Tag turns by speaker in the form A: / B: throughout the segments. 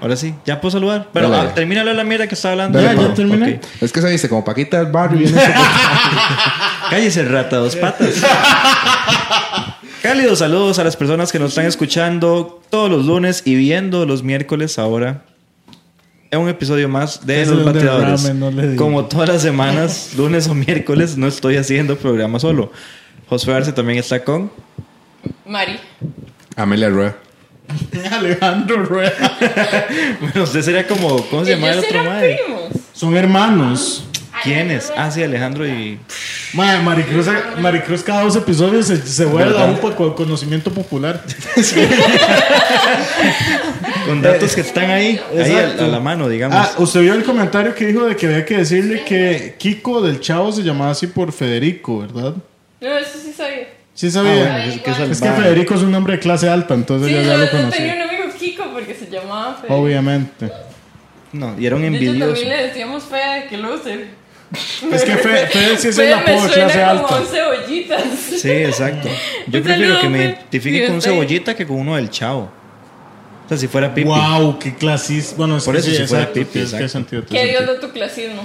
A: Ahora sí, ya puedo saludar. Pero
B: Dale.
A: ah, termínalo la mierda que estaba hablando.
B: Dale,
C: Ya,
B: Pablo.
C: ya terminé.
A: Ok.
B: Es que se dice como Paquita del barrio. y no sé
A: Cállese, rata, dos patas. Cálidos saludos a las personas que nos están escuchando todos los lunes y viendo los miércoles ahora. Es un episodio más de
C: Es
A: Los
C: el del
A: Bateadores.
C: ramen, no le digo.
A: Como todas las semanas, lunes o miércoles, no estoy haciendo programa solo. Josué Arce también está con.
D: Mari.
B: qué. Amelia Rueda.
C: Alejandro Rueda.
A: Bueno, usted sería como. ¿Cómo se llama el
D: Ellos
A: otro
D: eran
A: madre?
D: primos.
C: Son hermanos.
A: ¿Quién es? Ah, sí, Alejandro y.
C: Madre, Maricruz, Maricruz cada dos episodios se, se vuelve a un poco de conocimiento popular.
A: Con datos que están ahí, ahí a,
C: Eh, Exacto.
A: a la mano, digamos.
C: Ah, usted vio el comentario que dijo de que había que decirle que Kiko del Chavo se llamaba así por Federico, ¿verdad?
D: No, eso sí sabía.
C: Sí
A: Ah, bueno,
C: sabía.
D: Ay,
A: es que es
D: igual.
C: es que
A: salvaje.
C: Federico es un hombre de clase alta, entonces
D: Sí,
C: ya,
D: yo,
C: ya lo
D: yo
C: conocí.
D: tenía un amigo Kiko porque se llamaba Fede.
C: Obviamente.
A: No, y era un
D: De hecho,
A: envidioso.
D: también le decíamos Fede, que loser.
C: Es que Fe- Fede sí es el
D: Fede
C: apodo
D: me
C: de
D: suena
C: clase
D: como
C: alta.
D: un cebollitas.
A: Sí, exacto. Yo
D: Un
A: prefiero
D: saludo,
A: que me
D: Fer.
A: identifique
D: Sí,
A: con un
D: está ahí.
A: cebollita que con uno del chavo. O sea, si fuera Pipi.
C: Wow, qué clasista. Bueno, es
A: Por
C: que
A: eso
C: sí,
A: se fue de
C: exacto,
A: pipi,
C: tienes que
A: exacto.
C: sentido,
D: Que
C: tiene
D: Dios
C: sentido.
D: de tu clasismo.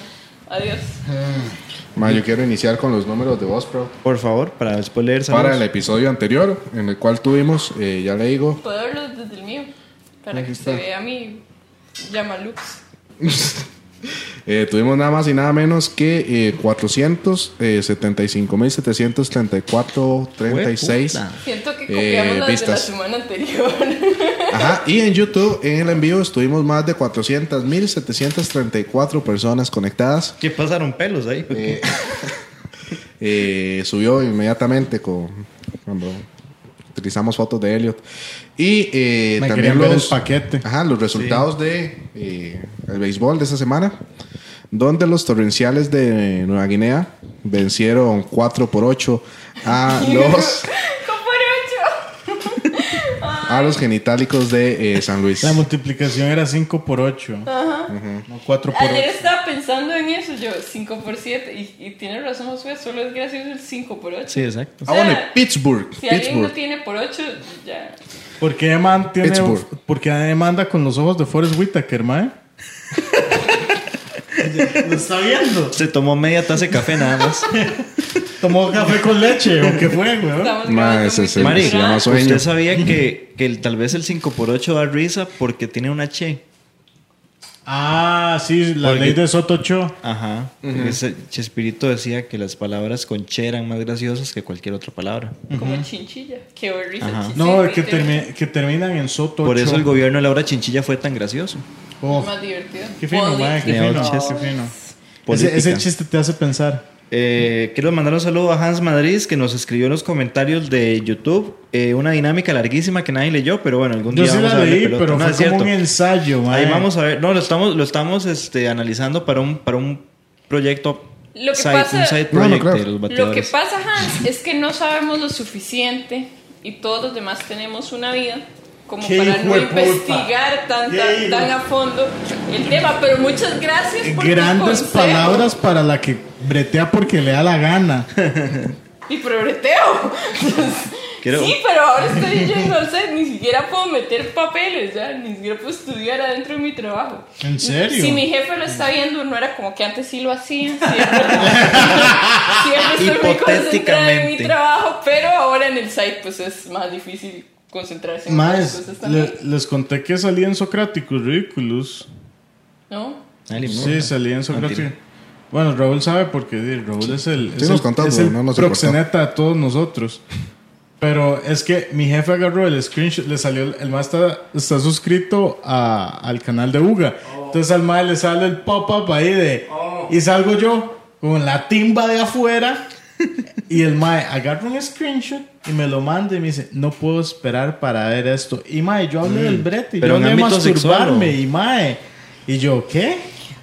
D: Adiós.
B: Ma, yo quiero iniciar con los números de voz, Pro.
A: Por favor, para después leer saludos.
B: Para el episodio anterior, en el cual tuvimos, eh, ya le digo,
D: Puedo verlo desde el mío. Para
B: Ahí
D: que
B: está.
D: se vea mi llama lux.
B: eh, tuvimos nada más y nada menos que eh, 475.734, 36.
A: Hueputa.
D: Siento que copiamos
B: Eh,
D: la de la
B: vistas.
D: semana anterior.
B: Ajá, y en YouTube, en el envío, estuvimos más de 400.734 personas conectadas.
A: ¿Qué pasaron pelos ahí?
B: Eh, eh, subió inmediatamente con, cuando utilizamos fotos de Elliot. Y eh,
C: Me
B: también
C: querían ver el
B: los,
C: paquete.
B: ajá, los resultados de eh, el béisbol de esta semana, donde los torrenciales de Nueva Guinea vencieron 4 por 8 a los,
D: ¡Coparocho!
B: a los genitálicos de eh, San Luis.
C: La multiplicación era 5 por 8. No 4 por 8.
D: Ayer Ah, estaba pensando en eso, yo, 5 por 7. Y, y tiene razón, Josué, solo es gracioso el 5 por 8.
A: Sí, exacto.
B: Ah, bueno, y Pittsburgh.
D: Si alguien
B: Pittsburgh.
D: no tiene por 8, ya.
C: Porque Eman tiene.
B: Pittsburgh.
C: Porque Eman anda con los ojos de Forrest Whitaker, mae. Lo está viendo.
A: Se tomó media taza de café nada más.
C: Tomó café con leche, o qué fue, weón.
D: Estamos
B: Ma,
D: grabando
B: ese
D: muy
B: es el-
A: Mari,
D: temprano.
B: se llama sueño.
A: ¿usted sabía que, que el- tal vez el 5x8 da risa porque tiene una che?
C: Ah, sí, la
A: Porque-
C: ley de Soto Cho.
A: Ajá. Ese Chespirito decía que las palabras con che eran más graciosas que cualquier otra palabra.
D: Como chinchilla. Qué horrible.
A: Ajá.
C: No, que, termi- que terminan en Soto
A: Por eso
C: Cho.
A: el gobierno de Laura Chinchilla fue tan gracioso.
C: Oh,
D: Más divertido.
C: Qué fino, mae, qué
A: Política.
C: fino,
A: Neoches.
C: qué fino.
A: Política.
C: Ese, ese chiste te hace pensar.
A: Eh, quiero mandar un saludo a Hans Madrid que nos escribió en los comentarios de YouTube eh, una dinámica larguísima que nadie leyó, pero bueno, algún
C: Yo
A: día
C: sí
A: vamos
C: la
A: a darle
C: leí,
A: pelota.
C: pero
A: No,
C: fue
A: es
C: como
A: cierto.
C: un ensayo, mae.
A: Ahí vamos a ver. No, lo estamos, lo estamos este, analizando para un, para un proyecto.
D: Lo que
A: side-
D: pasa-
A: un side
B: No, no,
A: project
B: claro.
A: de los
D: Lo que
A: bateadores.
D: pasa, Hans, es que no sabemos lo suficiente y todos los demás tenemos una vida como
C: Qué
D: para
C: hijo
D: no
C: de puta.
D: investigar tan,
C: Qué
D: tan,
C: hijo.
D: tan a fondo el tema. Pero muchas gracias por tus
C: Grandes
D: consejos.
C: palabras para la que bretea porque le da la gana.
D: Y prioreteo.
A: Quiero-
D: Sí, pero ahora estoy yendo, o sea, ni siquiera puedo meter papeles, ya, ni siquiera puedo estudiar adentro de mi trabajo.
C: ¿En serio?
D: Si mi jefe lo está viendo, no era como que antes sí lo hacía. Siempre, siempre estoy muy concentrada en mi
A: Hipotéticamente.
D: trabajo, pero ahora en el site pues es más difícil concentrarse en otras
C: Más,
D: cosas también.
C: le- les conté que salí en Socráticos Ridiculous.
D: ¿No?
A: Dale,
C: Sí,
A: no.
C: salí en Socráticos.
A: Mentira.
C: Bueno, Raúl sabe porque di, Raúl es el, es
B: nos
C: el-
B: contó,
C: es
B: pero
C: el
B: no nos
C: proxeneta de todos nosotros. Pero es que mi jefe agarró el screenshot, le salió, el, el más está, está suscrito a- al canal de Uga. Entonces al más le sale el pop-up ahí de... Y salgo yo con la timba de afuera. Y el Mae agarra un screenshot y me lo manda y me dice, no puedo esperar para ver esto. Y Mae, yo hablé del brete, y
A: Mm. pero
C: yo
A: en
C: hablé de
A: ámbito sexual,
C: masturbarme,
A: ¿o?
C: y Mae. Y yo, ¿qué?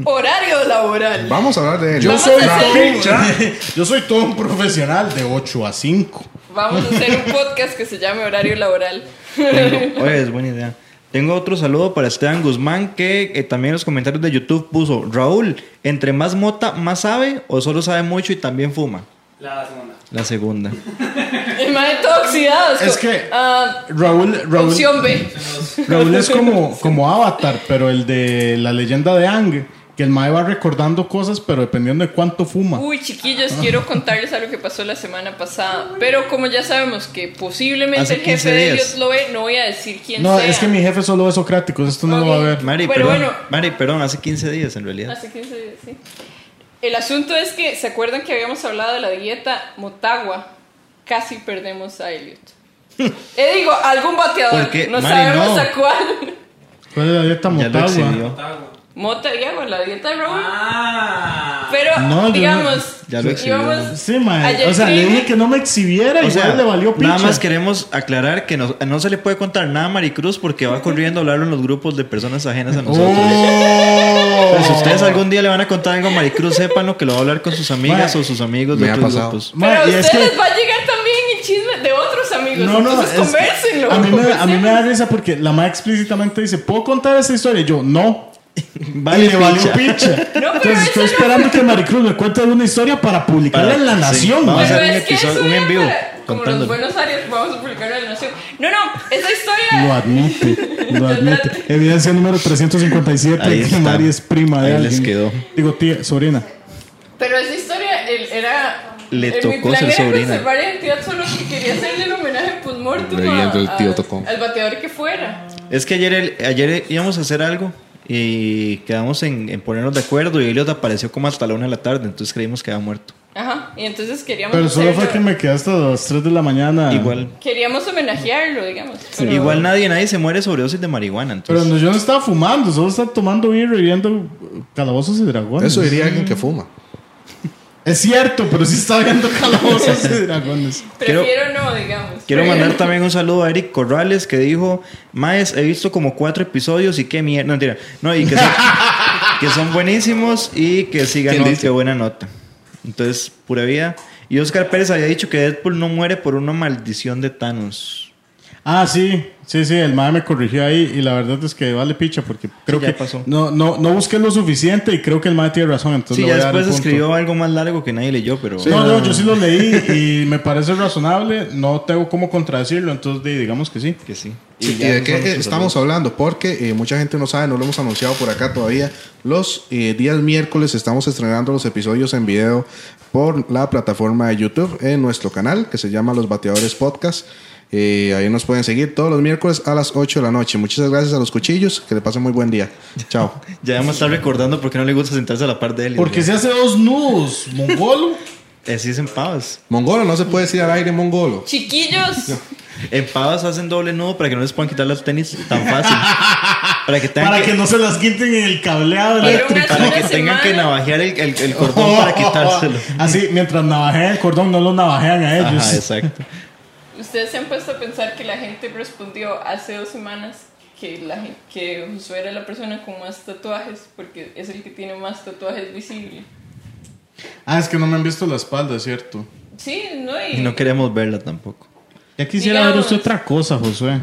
D: Horario laboral.
B: Vamos a hablar de
C: Yo
B: Elliot.
D: Vamos
C: soy,
D: a hacer-
C: todo, yo soy todo un profesional de 8 a 5.
D: Vamos a hacer un podcast que se llame Horario laboral.
A: Tengo- oye, es buena idea. Tengo otro saludo para Esteban Guzmán que eh, también en los comentarios de YouTube puso Raúl, entre más mota, más sabe o solo sabe mucho y también fuma.
E: La segunda.
A: La segunda.
D: El mae todo oxidado.
C: Es
D: como,
C: que-
D: ah,
C: Raúl, Raúl,
D: opción B.
C: Raúl es como, como Avatar, pero el de la leyenda de Ang, que el mae va recordando cosas, pero dependiendo de cuánto fuma.
D: Uy, chiquillos, quiero contarles algo que pasó la semana pasada. Pero como ya sabemos que posiblemente
A: Hace
D: el jefe
A: 15
D: de
A: días.
D: Dios lo ve, no voy a decir quién
C: No,
D: sea.
C: es que mi jefe solo es Socráticos, esto no lo va a ver.
A: Mari,
D: Bueno,
A: perdón.
D: bueno.
A: Mari, perdón, hace 15 días en realidad.
D: Hace 15 días, sí. El asunto es que, ¿se acuerdan que habíamos hablado de la dieta Motagua? Casi perdemos a Elliot. Eh, digo, algún bateador,
A: ¿Por qué?
D: no
A: Mari,
D: sabemos
A: no.
D: a cuál.
C: ¿Cuál es la dieta
A: Ya lo
C: Motagua?
A: exhibió.
D: Mota, digamos, la dieta de Raúl.
E: Ah.
D: Pero,
C: No, yo no-
D: digamos,
A: ya lo exhibió.
D: íbamos
C: Sí,
D: a
C: mae. O sea,
D: Yeltsin.
C: le dije que no me exhibiera,
A: O
C: igual
A: sea,
C: le valió pinche.
A: nada más queremos aclarar que no, no se le puede contar nada a Maricruz porque va corriendo a hablarlo en los grupos de personas ajenas a nosotros.
C: ¡Oh!
A: Pero si ustedes algún día le van a contar algo a Maricruz, sépanlo que lo va a hablar con sus amigas
C: Mae,
A: o sus amigos de
B: me ha
A: otros
B: pasado.
A: grupos.
D: Pero a
C: Mae, y es
D: ustedes
C: que-
D: va a llegar también el chisme de otros amigos.
C: No, no,
D: entonces,
C: es-
D: convérsenlo.
C: a mí, me, a mí me da risa porque la madre explícitamente dice, ¿puedo contar esa historia? Y yo, no.
A: Vale,
C: y le valió
A: picha.
C: picha.
D: pero
C: Entonces
D: eso
C: estoy
D: no-
C: esperando que Maricruz me cuente una historia para publicarla
A: Para-
C: en La
A: sí,
C: Nación.
A: vamos
C: mae.
A: a hacer
D: Pero
A: un
D: es que
A: episodio-
D: eso
A: un
D: era
A: en vivo
D: para- Como los
A: contándolo.
D: Buenos Aires, vamos a publicarlo en la nación. No, no, esa historia.
C: Lo admite, lo admite. Evidencia número 357.
A: Ahí está.
C: Mari es prima de
A: Ahí
C: alguien.
A: les quedó.
C: Digo, tía, sobrina.
D: Pero esa historia él, era.
A: Le
D: en mi
A: tocó
D: plan
A: ser
D: era
A: sobrina.
D: conservar identidad, solo que quería hacerle el homenaje postmortem
B: Pero y
D: a-
B: entonces el
D: a-
B: tío tocó.
D: al bateador que fuera.
A: Es que ayer, el- ayer íbamos a hacer algo y quedamos en, en ponernos de acuerdo y Elliot apareció como hasta la una de la tarde, entonces creímos que había muerto.
D: Ajá, y entonces queríamos.
C: Pero solo fue
D: hacerlo-
C: que me quedé hasta las 3 de la mañana.
A: Igual.
D: Queríamos homenajearlo, digamos. pero-
A: Igual nadie, nadie se muere sobredosis de marihuana, entonces.
C: Pero no, yo no estaba fumando, solo estaba tomando birra y viendo eh, calabozos y dragones.
B: Eso diría alguien que fuma.
C: Es cierto, pero sí estaba viendo calabozos y dragones.
D: Prefiero no, digamos.
A: Quiero
D: Pero-
A: mandar también un saludo a Eric Corrales que dijo, Maes, he visto como cuatro episodios y qué mierda. No, mentira. No, y que son, que son buenísimos y que sigan,
B: ¿Quién
A: no,
B: dice?
A: qué buena nota. Entonces, pura vida. Y Oscar Pérez había dicho que Deadpool no muere por una maldición de Thanos.
C: Ah, sí, sí, sí, el mae me corrigió ahí y la verdad es que vale picha porque creo
A: ya
C: que
A: pasó.
C: No, no, no busqué lo suficiente y creo que el mae tiene razón, entonces
A: sí,
C: le
A: ya
C: voy a dar el
A: después
C: punto.
A: escribió algo más largo que nadie leyó, pero...
C: no, no, yo sí lo leí y me parece razonable, no tengo cómo contradecirlo, entonces di- digamos que sí.
A: Que sí.
B: ¿Y,
A: ya
B: de
A: esos
B: qué
A: son sus
B: estamos
A: saludos.
B: hablando? Porque eh, mucha gente no sabe, no lo hemos anunciado por acá todavía. Los eh, días miércoles estamos estrenando los episodios en video por la plataforma de YouTube en nuestro canal que se llama Los Bateadores Podcast. Eh, ahí nos pueden seguir todos los miércoles a las 8 de la noche. Muchas gracias a los cuchillos. Que le pasen muy buen día. Chao.
A: Ya vamos a estar recordando por qué no le gusta sentarse a la par de él.
C: Porque se hace dos nudos, mongolo.
A: Así es en Pavas.
B: Mongolo, no se puede decir al aire mongolo.
D: Chiquillos,
A: En Pavas hacen doble nudo para que no les puedan quitar los tenis tan fácil. para que tengan
C: para
A: que
C: que no se las quiten en el cableado
D: Quiero
C: eléctrico.
A: para que
D: Una
A: tengan
D: semana.
A: que navajear el, el- el cordón para quitárselo.
C: Así, mientras navajean el cordón, no lo navajean a ellos.
A: Ajá, exacto.
D: ustedes se han puesto a pensar que la gente respondió hace dos semanas que, la, gen- que Josué era la persona con más tatuajes porque es el que tiene más tatuajes visibles.
C: Ah, es que no me han visto la espalda, es cierto.
D: Sí, ¿no? Y
A: Y no queremos verla tampoco.
C: Ya quisiera ver
D: Digamos.
C: usted otra cosa, Josué.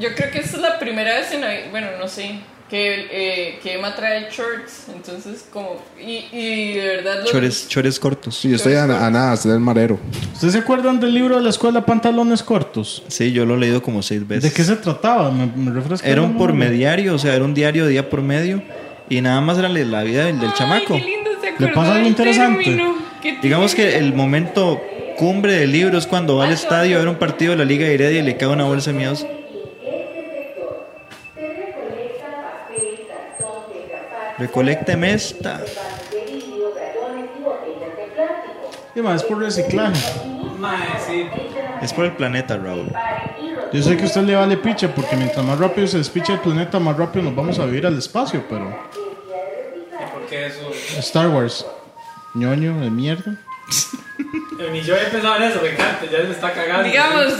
D: yo creo que esta es la primera vez en la bueno, no sé, que, eh, que Emma trae shorts, entonces como, y, y de verdad... lo-
A: Chores, chores cortos.
B: Sí, yo estoy a, a nada, estoy del marero.
C: ¿Ustedes se acuerdan del libro de la escuela Pantalones Cortos?
A: Sí, yo lo he leído como seis veces.
C: ¿De qué se trataba? Me, me refresca.
A: Era
C: la
A: un
C: memoria.
A: pormediario, o sea, era un diario día por medio. Y nada más era la- la vida del, del
D: Ay,
A: chamaco.
D: qué lindo, se
C: Le
D: acordó
C: pasa algo
D: del
C: interesante.
D: término. Qué
A: Digamos que el momento cumbre del libro es cuando va al estadio a ver un partido de la Liga de Heredia y le cae una bolsa de miedos. Recolecte mesta.
C: Y más, es por reciclaje.
E: Mae, sí.
A: Es por el planeta, Raúl.
C: Yo sé que a usted le vale picha porque mientras más rápido se despicha el planeta, más rápido nos vamos a vivir al espacio, pero.
E: Porque eso.
C: Star Wars. ñoño de mierda.
E: Ni yo he pensado en eso, me encanta, ya me está cagando.
D: Digamos,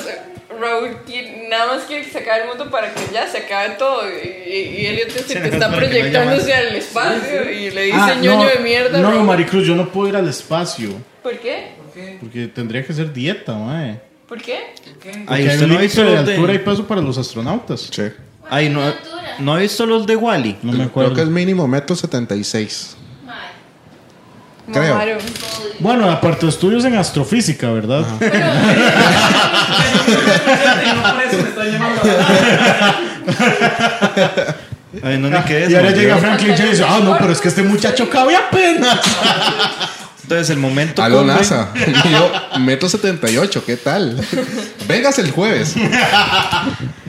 D: Raúl tiene- nada más quiere que se acabe el mundo para que ya se acabe todo. Y, y y Elliot se te está
A: para que no
D: proyectándose
A: haya
D: al espacio y le dice
C: Ah,
D: ñoño
C: no,
D: de mierda.
C: No,
D: Raúl.
C: Maricruz, yo no puedo ir al espacio.
D: ¿Por qué?
E: ¿Por qué?
C: Porque tendría que ser dieta, mae.
D: ¿Por qué?
E: ¿Por qué?
A: Ay,
C: Porque hay
A: usted
C: un
A: no ha
C: límite
A: visto
C: de
A: los de-
C: altura y peso para los astronautas.
B: Sí.
A: Ay, no, no ha visto los de Wally.
C: No me
B: Creo que es
C: acuerdo.
B: mínimo metro 76. Creo.
D: Claro.
C: Bueno, aparte estudios en astrofísica, ¿verdad?
E: No, por eso me están llamando. ¿verdad?
A: Ay, ¿dónde quedé?
C: Ah, Y
A: Se
C: ahora
A: me
C: llega
A: olvidó.
C: Franklin y dice, ah, no, pero es que este muchacho cabe apenas.
A: Entonces, el momento.
B: Aló
A: cumbre-
B: NASA. Y yo, metro 78, ¿qué tal? Vengas el jueves.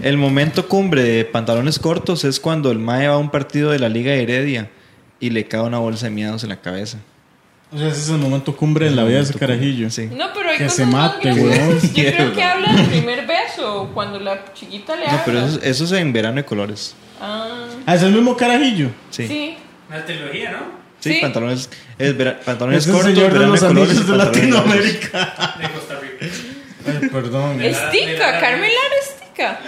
A: El momento cumbre de pantalones cortos es cuando el Mae va a un partido de la Liga de Heredia y le cae una bolsa de miedos en la cabeza.
C: O sea, ese es el momento cumbre en la vida de ese carajillo.
A: Sí.
D: No, pero hay
C: Que
D: cosas
C: se
D: más
C: mate,
D: graciosas.
C: weón.
D: Yo creo que habla del primer beso, cuando la chiquita le
A: No,
D: habla.
A: pero eso, eso es en verano de colores.
D: Ah,
C: Ah, es el mismo carajillo.
A: Sí.
D: sí.
A: Sí,
D: Sí.
E: Una trilogía, ¿no?
D: Sí.
A: pantalones, es vera- pantalones
C: Es el
A: cortos,
C: señor de
A: verano
C: los
A: colores
C: anillos
A: y
C: de
A: pantalones largos.
C: Latinoamérica.
E: De Costa Rica.
C: Ay, perdón.
E: Es-
D: Estica, Carmen Lara Estica.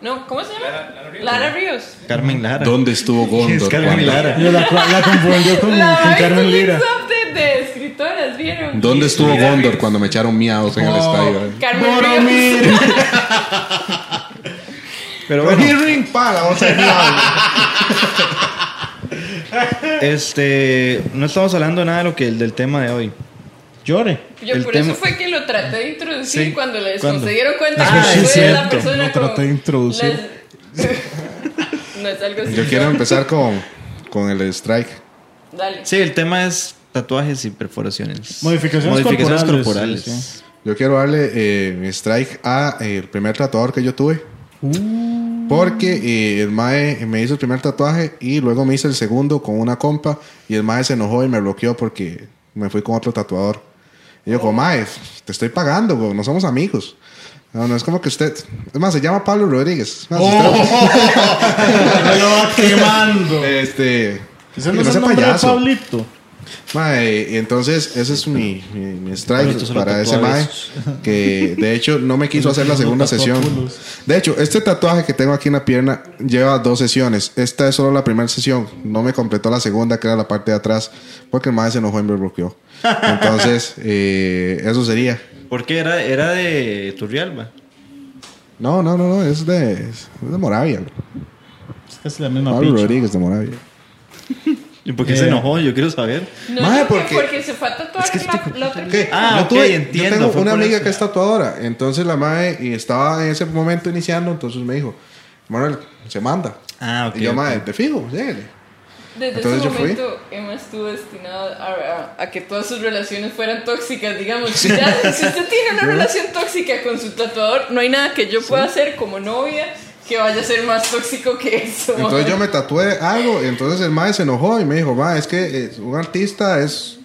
E: no.
D: No, ¿cómo se llama?
E: Lara- Lara Ríos.
D: Lara Ríos.
A: Carmen Lara.
B: ¿Dónde estuvo
A: Es
B: Gondor?
A: Carmen
B: cuando-
A: Lara.
C: Yo la, la confundió con, con
D: La Barbie
C: Carmen Lira.
D: Mix Up de, de escritoras, ¿vieron?
B: ¿Dónde estuvo
E: Mira,
B: Gondor
E: mira.
B: cuando me echaron miados en el estadio?
D: Carmen Ríos.
C: Boromir.
A: Pero bueno,
B: ring, pa, la bolsa de miados.
A: este, no estamos hablando nada de lo que, del tema de hoy.
C: Llore.
D: Yo
A: El
D: por
A: tema-
D: eso fue que lo traté de introducir
A: Sí,
D: cuando les
A: ¿cuándo?
D: se dieron cuenta
C: Ah,
D: que
C: sí,
D: soy
C: cierto,
D: la persona
C: lo traté
D: con-
C: de introducir.
D: las- no es algo así.
B: Yo quiero empezar con, con el strike.
D: Dale.
A: Sí, el tema es tatuajes y perforaciones.
C: Modificaciones corporales.
A: corporales.
C: Sí, sí.
B: Yo quiero darle eh, mi strike a eh, el primer tatuador que yo tuve.
C: Uh.
B: Porque eh, el mae me hizo el primer tatuaje y luego me hizo el segundo con una compa y el mae se enojó y me bloqueó porque me fui con otro tatuador. Y yo como,
C: Oh.
B: mae, te estoy pagando, bro, no somos amigos. No, no es como que usted... Es más, se llama Pablo Rodríguez. Es más,
C: Me lo va quemando.
B: usted- este...
C: Ese
B: y
C: no es
B: sea
C: el nombre de
B: payaso.
C: Pablito.
B: Mae, entonces ese es mi, mi, mi strike
A: Pablito se lo
B: para
A: tatuó
B: ese
A: a
B: mae
A: besos.
B: que de hecho no me quiso
C: No,
B: hacer la
C: no
B: segunda
C: tatuó
B: sesión.
C: culos.
B: De hecho, este tatuaje que tengo aquí en la pierna lleva dos sesiones. Esta es solo la primera sesión. No me completó la segunda, que era la parte de atrás, porque el mae se enojó y me bloqueó. Entonces, eh, eso sería.
A: Porque era, era de Turrialba.
B: No, no, no, no, es de, es de Moravia.
C: Es casi la misma
B: Pablo
C: picha.
B: Rodríguez de Moravia.
A: ¿Y por qué
C: Eh.
A: se enojó? Yo quiero saber.
D: No,
B: Mae,
D: no, que
B: porque-
D: porque, se fue a tatuar
B: es que
D: la, la otra
B: Ok,
A: Ah,
B: yo
A: ok,
B: tuve-
A: entiendo,
B: Yo
A: fue
B: tengo una
A: por
B: amiga
A: eso.
B: que es tatuadora. Entonces la madre y estaba en ese momento iniciando, entonces me dijo, Manuel, se manda.
A: Ah, ok,
B: Y yo,
A: ok.
B: madre, te fijo, lléguele.
D: Desde
B: Entonces
D: ese
B: yo fui.
D: momento, Emma estuvo destinada a, a- a que todas sus relaciones fueran tóxicas, digamos. Ya, si usted tiene una relación tóxica con su tatuador, no hay nada que yo pueda hacer como novia que vaya a ser más tóxico que eso.
B: Entonces yo me tatué algo, y entonces el madre se enojó y me dijo, va, es que eh, un artista es...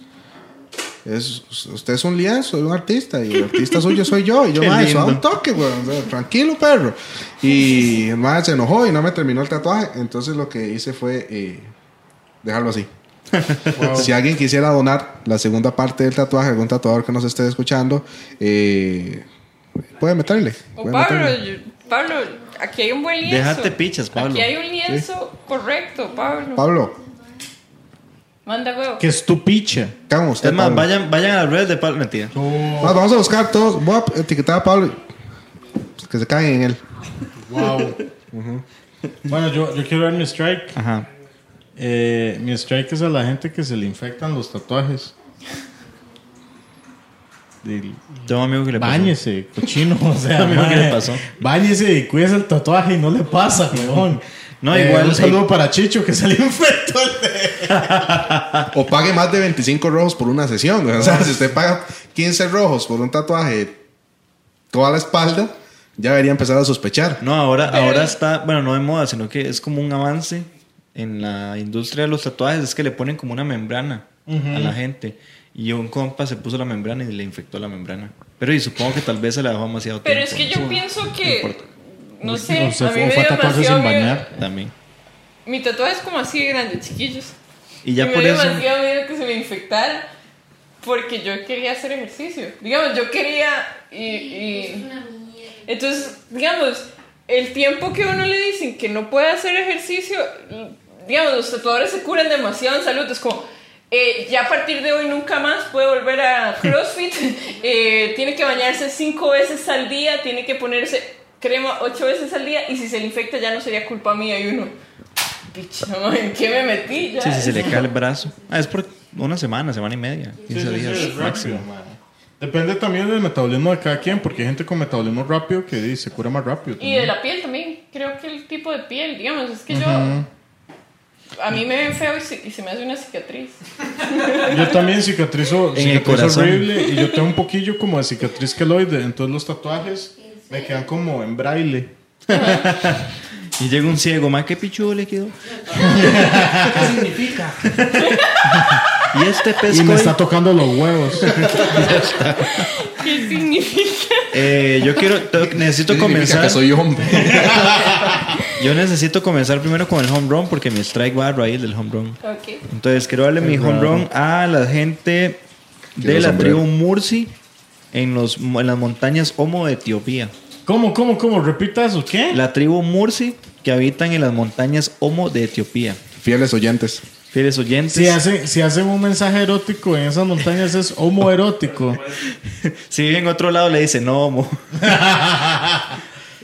B: Es, usted es un lienzo, es un artista, y el artista suyo soy yo. Y yo,
A: Qué
B: madre, eso da un
A: lindo.
B: toque, weón. o sea, tranquilo, perro. Y el madre se enojó y no me terminó el tatuaje. Entonces lo que hice fue eh, dejarlo así. Si alguien quisiera donar la segunda parte del tatuaje, algún tatuador que nos esté escuchando, eh, puede meterle.
D: O
B: puede
D: Pablo,
B: meterle.
D: yo- Pablo, aquí hay un buen lienzo.
A: Déjate pichas, Pablo.
D: Aquí hay un lienzo correcto, Pablo.
B: Pablo,
D: Manda huevo.
C: Que es tu picha.
B: ¿cómo usted?
A: Es más,
B: Pablo?
A: vayan, vayan a las redes de Pablo. Mentira.
B: Ah, vamos a buscar todos. Voy a etiquetar a Pablo. y- Que se caigan en él.
C: Wow. Bueno, yo, yo quiero ver mi strike.
A: Ajá.
C: Eh, mi strike es a la gente que se le infectan los tatuajes. Del-
A: Tengo un amigo que le pasó.
C: Báñese, cochino. O sea,
A: A mí no que le
C: mae,
A: pasó.
C: Báñese y cuídese el tatuaje y no le pasa, weón.
A: No, igual-
C: Un saludo para Chicho que se le infectó el de-
B: O pague más de 25 rojos por una sesión. O sea, si usted paga 15 rojos por un tatuaje toda la espalda, ya debería empezar a sospechar.
A: No, ahora,
D: Pero-
A: ahora está, bueno, no de moda, sino que es como un avance en la industria de los tatuajes. Es que le ponen como una membrana a la gente. Y un compa se puso la membrana y le infectó la membrana. Pero y supongo que tal vez se la dejó demasiado
D: Pero es
A: tiempo.
D: que yo pienso
A: No
D: que.
A: importa.
D: No sé,
C: O sea,
D: a mí
C: fue-
D: me
C: fue
D: dio
C: a tatuarse
D: demasiado
C: sin
D: miedo.
C: bañar.
A: También.
D: Mi tatuaje es como así de grande, chiquillos.
A: Y ya
D: me
A: por
D: dio
A: eso.
D: demasiado miedo que se me infectara porque yo quería hacer ejercicio. Digamos, yo quería y, y- entonces, digamos, el tiempo que uno le dicen que no puede hacer ejercicio, digamos, los tatuadores se curan demasiado en salud, es como eh, ya a partir de hoy nunca más puede volver a CrossFit, eh, tiene que bañarse cinco veces al día, tiene que ponerse crema ocho veces al día y si se le infecta ya no sería culpa mía y uno, bicho, ¿en qué me metí? Ya,
A: Sí, sí, se le cae el brazo. Ah, es por una semana, semana y media, 15 días
C: es
A: máximo.
C: rápido, mae. Depende también del metabolismo de cada quien, porque hay gente con metabolismo rápido que di, se cura más rápido.
D: Y
C: también.
D: de la piel también. Creo que el tipo de piel, digamos, es que yo. A mí me ven feo y se, y se me hace una cicatriz.
C: Yo también cicatrizo,
A: En el
C: cicatriz
A: corazón.
C: horrible y yo tengo un poquillo como de cicatriz queloide, entonces los tatuajes me quedan como en braille.
A: Y llega un ciego, más que pichudo le quedó.
E: ¿Qué significa?
A: Y este
C: Y me
A: pesco.
C: está tocando los huevos.
D: ¿Qué significa?
A: Eh, yo quiero, tengo- necesito
B: Significa
A: comenzar.
B: que soy hombre.
A: Yo necesito comenzar primero con el home run porque mi strike va a raíz del home run.
D: Ok.
A: Entonces quiero darle mi home run a la gente de
B: Quiero
A: la
B: sombrero.
A: tribu Mursi en, los, en las montañas Homo de Etiopía.
C: ¿Cómo, cómo, cómo? Repita eso, ¿qué?
A: La tribu Mursi que habitan en las montañas Homo de Etiopía.
B: Fieles oyentes.
A: Fieles oyentes.
C: Si hacen, si hacen un mensaje erótico en esas montañas es homoerótico.
A: Si vive en otro lado, le dice no, mo".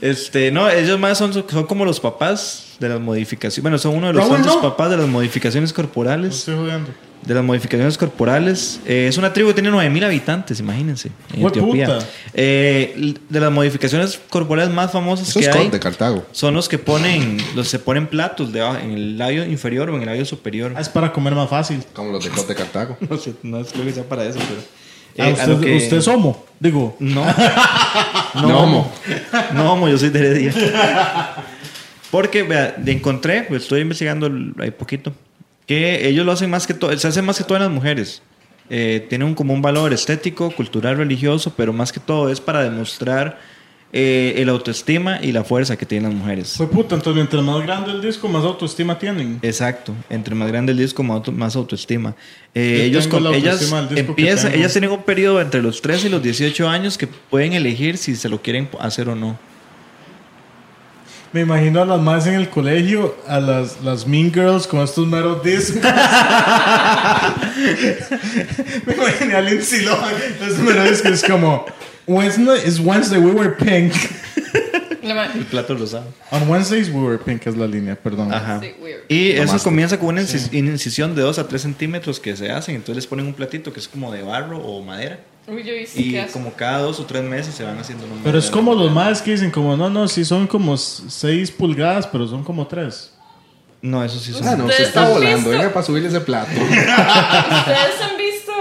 A: Este, no, ellos más son, son como los papás de las modificaciones. Bueno, son uno de los
C: Raúl,
A: tantos
C: no.
A: papás de las modificaciones
C: No
A: corporales.
C: estoy jodiendo.
A: De las modificaciones corporales. Eh, es una tribu que tiene 9.000 habitantes, imagínense. En
C: Hue
A: Etiopía.
C: puta.
A: Eh, de las modificaciones corporales más famosas
B: Eso
A: que
B: es
A: hay
B: Cod de Cartago.
A: son los que ponen, los se ponen platos debajo, en el labio inferior o en el labio superior.
C: Ah, es para comer más fácil.
B: Como los de Cod de Cartago.
A: No sé, no es- creo que sea para eso, pero. eh,
C: Ah,
A: a
C: usted,
A: lo que-
C: usted es homo, digo.
A: No.
B: No,
A: homo. No, homo, yo soy de Heredia. Porque, vea, le encontré, pues estoy investigando el- ahí poquito, que ellos lo hacen más que todo, se hacen más que todo en las mujeres. Eh, tienen un- como un valor estético, cultural, religioso, pero más que todo es para demostrar eh, el autoestima y la fuerza que tienen las mujeres.
C: Fue puta, entonces mientras más grande el disco, más autoestima tienen.
A: Exacto, entre más grande el disco, más, auto- más autoestima. Eh,
C: Yo
A: ellos
C: tengo
A: con-
C: la
A: ellas
C: autoestima del disco que
A: empiezan,
C: tengo.
A: ellas tienen un periodo entre los 13 y los 18 años que pueden elegir si se lo quieren hacer o no.
C: Me imagino a las más en el colegio, a las, las Mean Girls con estos meros discos. Me imaginé a Lindsay Lohan, estos meros discos es como... Wednesday is Wednesday we were pink.
D: La ma-
A: El plato rosado.
C: On Wednesdays we were pink es la línea, perdón.
A: Ajá.
D: Sí, weird.
A: Y eso
B: Mamaste.
A: comienza con una incis- incisión de 2 a 3 centímetros que se hacen. Entonces les ponen un platito que es como de barro o madera.
D: Uy, yo hice
A: Y
D: que asco.
A: como cada dos o tres meses se van haciendo unos
C: Pero es
A: modelos.
C: como los más que dicen como, no, no, sí son como 6 pulgadas, pero son como 3.
A: No, eso sí son.
B: Ah, no,
D: Ustedes
B: se está
D: han
B: volando.
D: visto-
B: Venga para subirle ese plato.
D: Ustedes han visto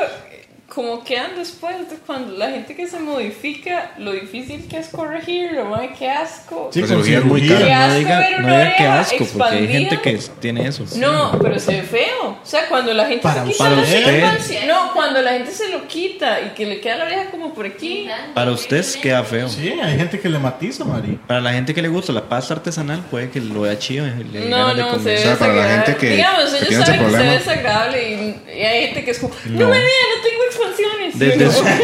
D: cómo quedan después de cuando la gente que se modifica, lo difícil que es corregirlo, ma, qué asco.
B: La cirugía es muy
D: Qué
B: cara.
A: no
D: asco
A: diga,
D: ver
A: no
D: una
A: diga que
D: oreja
A: asco, porque hay gente que
D: expandida.
A: tiene eso.
D: No, pero se ve feo. O sea, cuando la gente
C: Para-
D: se quita
C: para
D: la
C: usted.
D: oreja, sí, no, cuando la gente se lo quita y que le queda la oreja como por aquí.
A: Para ustedes queda feo.
C: Sí, hay gente que le matiza, Mari.
A: Para la gente que le gusta la pasta artesanal, puede que lo vea chido. y le den
D: No,
A: ganas de
D: no,
A: comer.
D: se ve
B: sea, para la
D: desagradable.
B: gente que-
D: Digamos,
B: que
D: ellos
B: tiene ese
D: saben que se ve
B: problema.
D: desagradable y, y hay gente que es como, no,
A: No.
D: me vean, no tengo expansiones.
A: Desde
D: Y uno,
A: su-
D: no me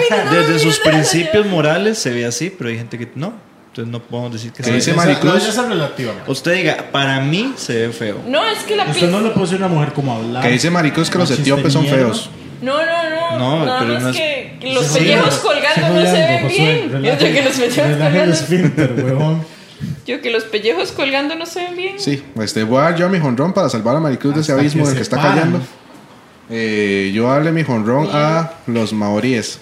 D: miren, no me
A: Desde
D: miren,
A: sus
D: no me miren.
A: principios morales se ve así, pero hay gente que no. Entonces no podemos decir que
B: ¿Qué
A: se ve
B: dice
A: así.
B: Mari
C: Esa- no,
B: Cruz?
C: esa es relativa. Mari.
A: Usted diga, para mí se ve feo.
D: No, es que la
C: Usted
D: piel.
C: no le puede decir a una mujer como hablar.
B: Que dice Maricos que los
C: Machiste
B: etíopes son
C: mierda.
B: feos.
D: No, no, no.
A: No,
D: nada
A: pero
D: más
A: no es-
D: que que los
C: Sí,
D: pellejos
C: sí,
D: colgando
C: sí,
D: no se
C: jodiendo,
D: ven
C: Josué,
D: bien.
C: relaje-
D: Yo que los pellejos
C: relaje el
D: colgando.
C: esfínter, huevón.
D: Yo que los pellejos colgando no se ven bien.
B: Sí, este, voy a dar yo a mi jonrón para salvar a Maricruz de ese
C: Hasta
B: abismo
C: que
B: en el que
C: se
B: está
C: paran.
B: cayendo. Eh, yo darle mi jonrón a los maoríes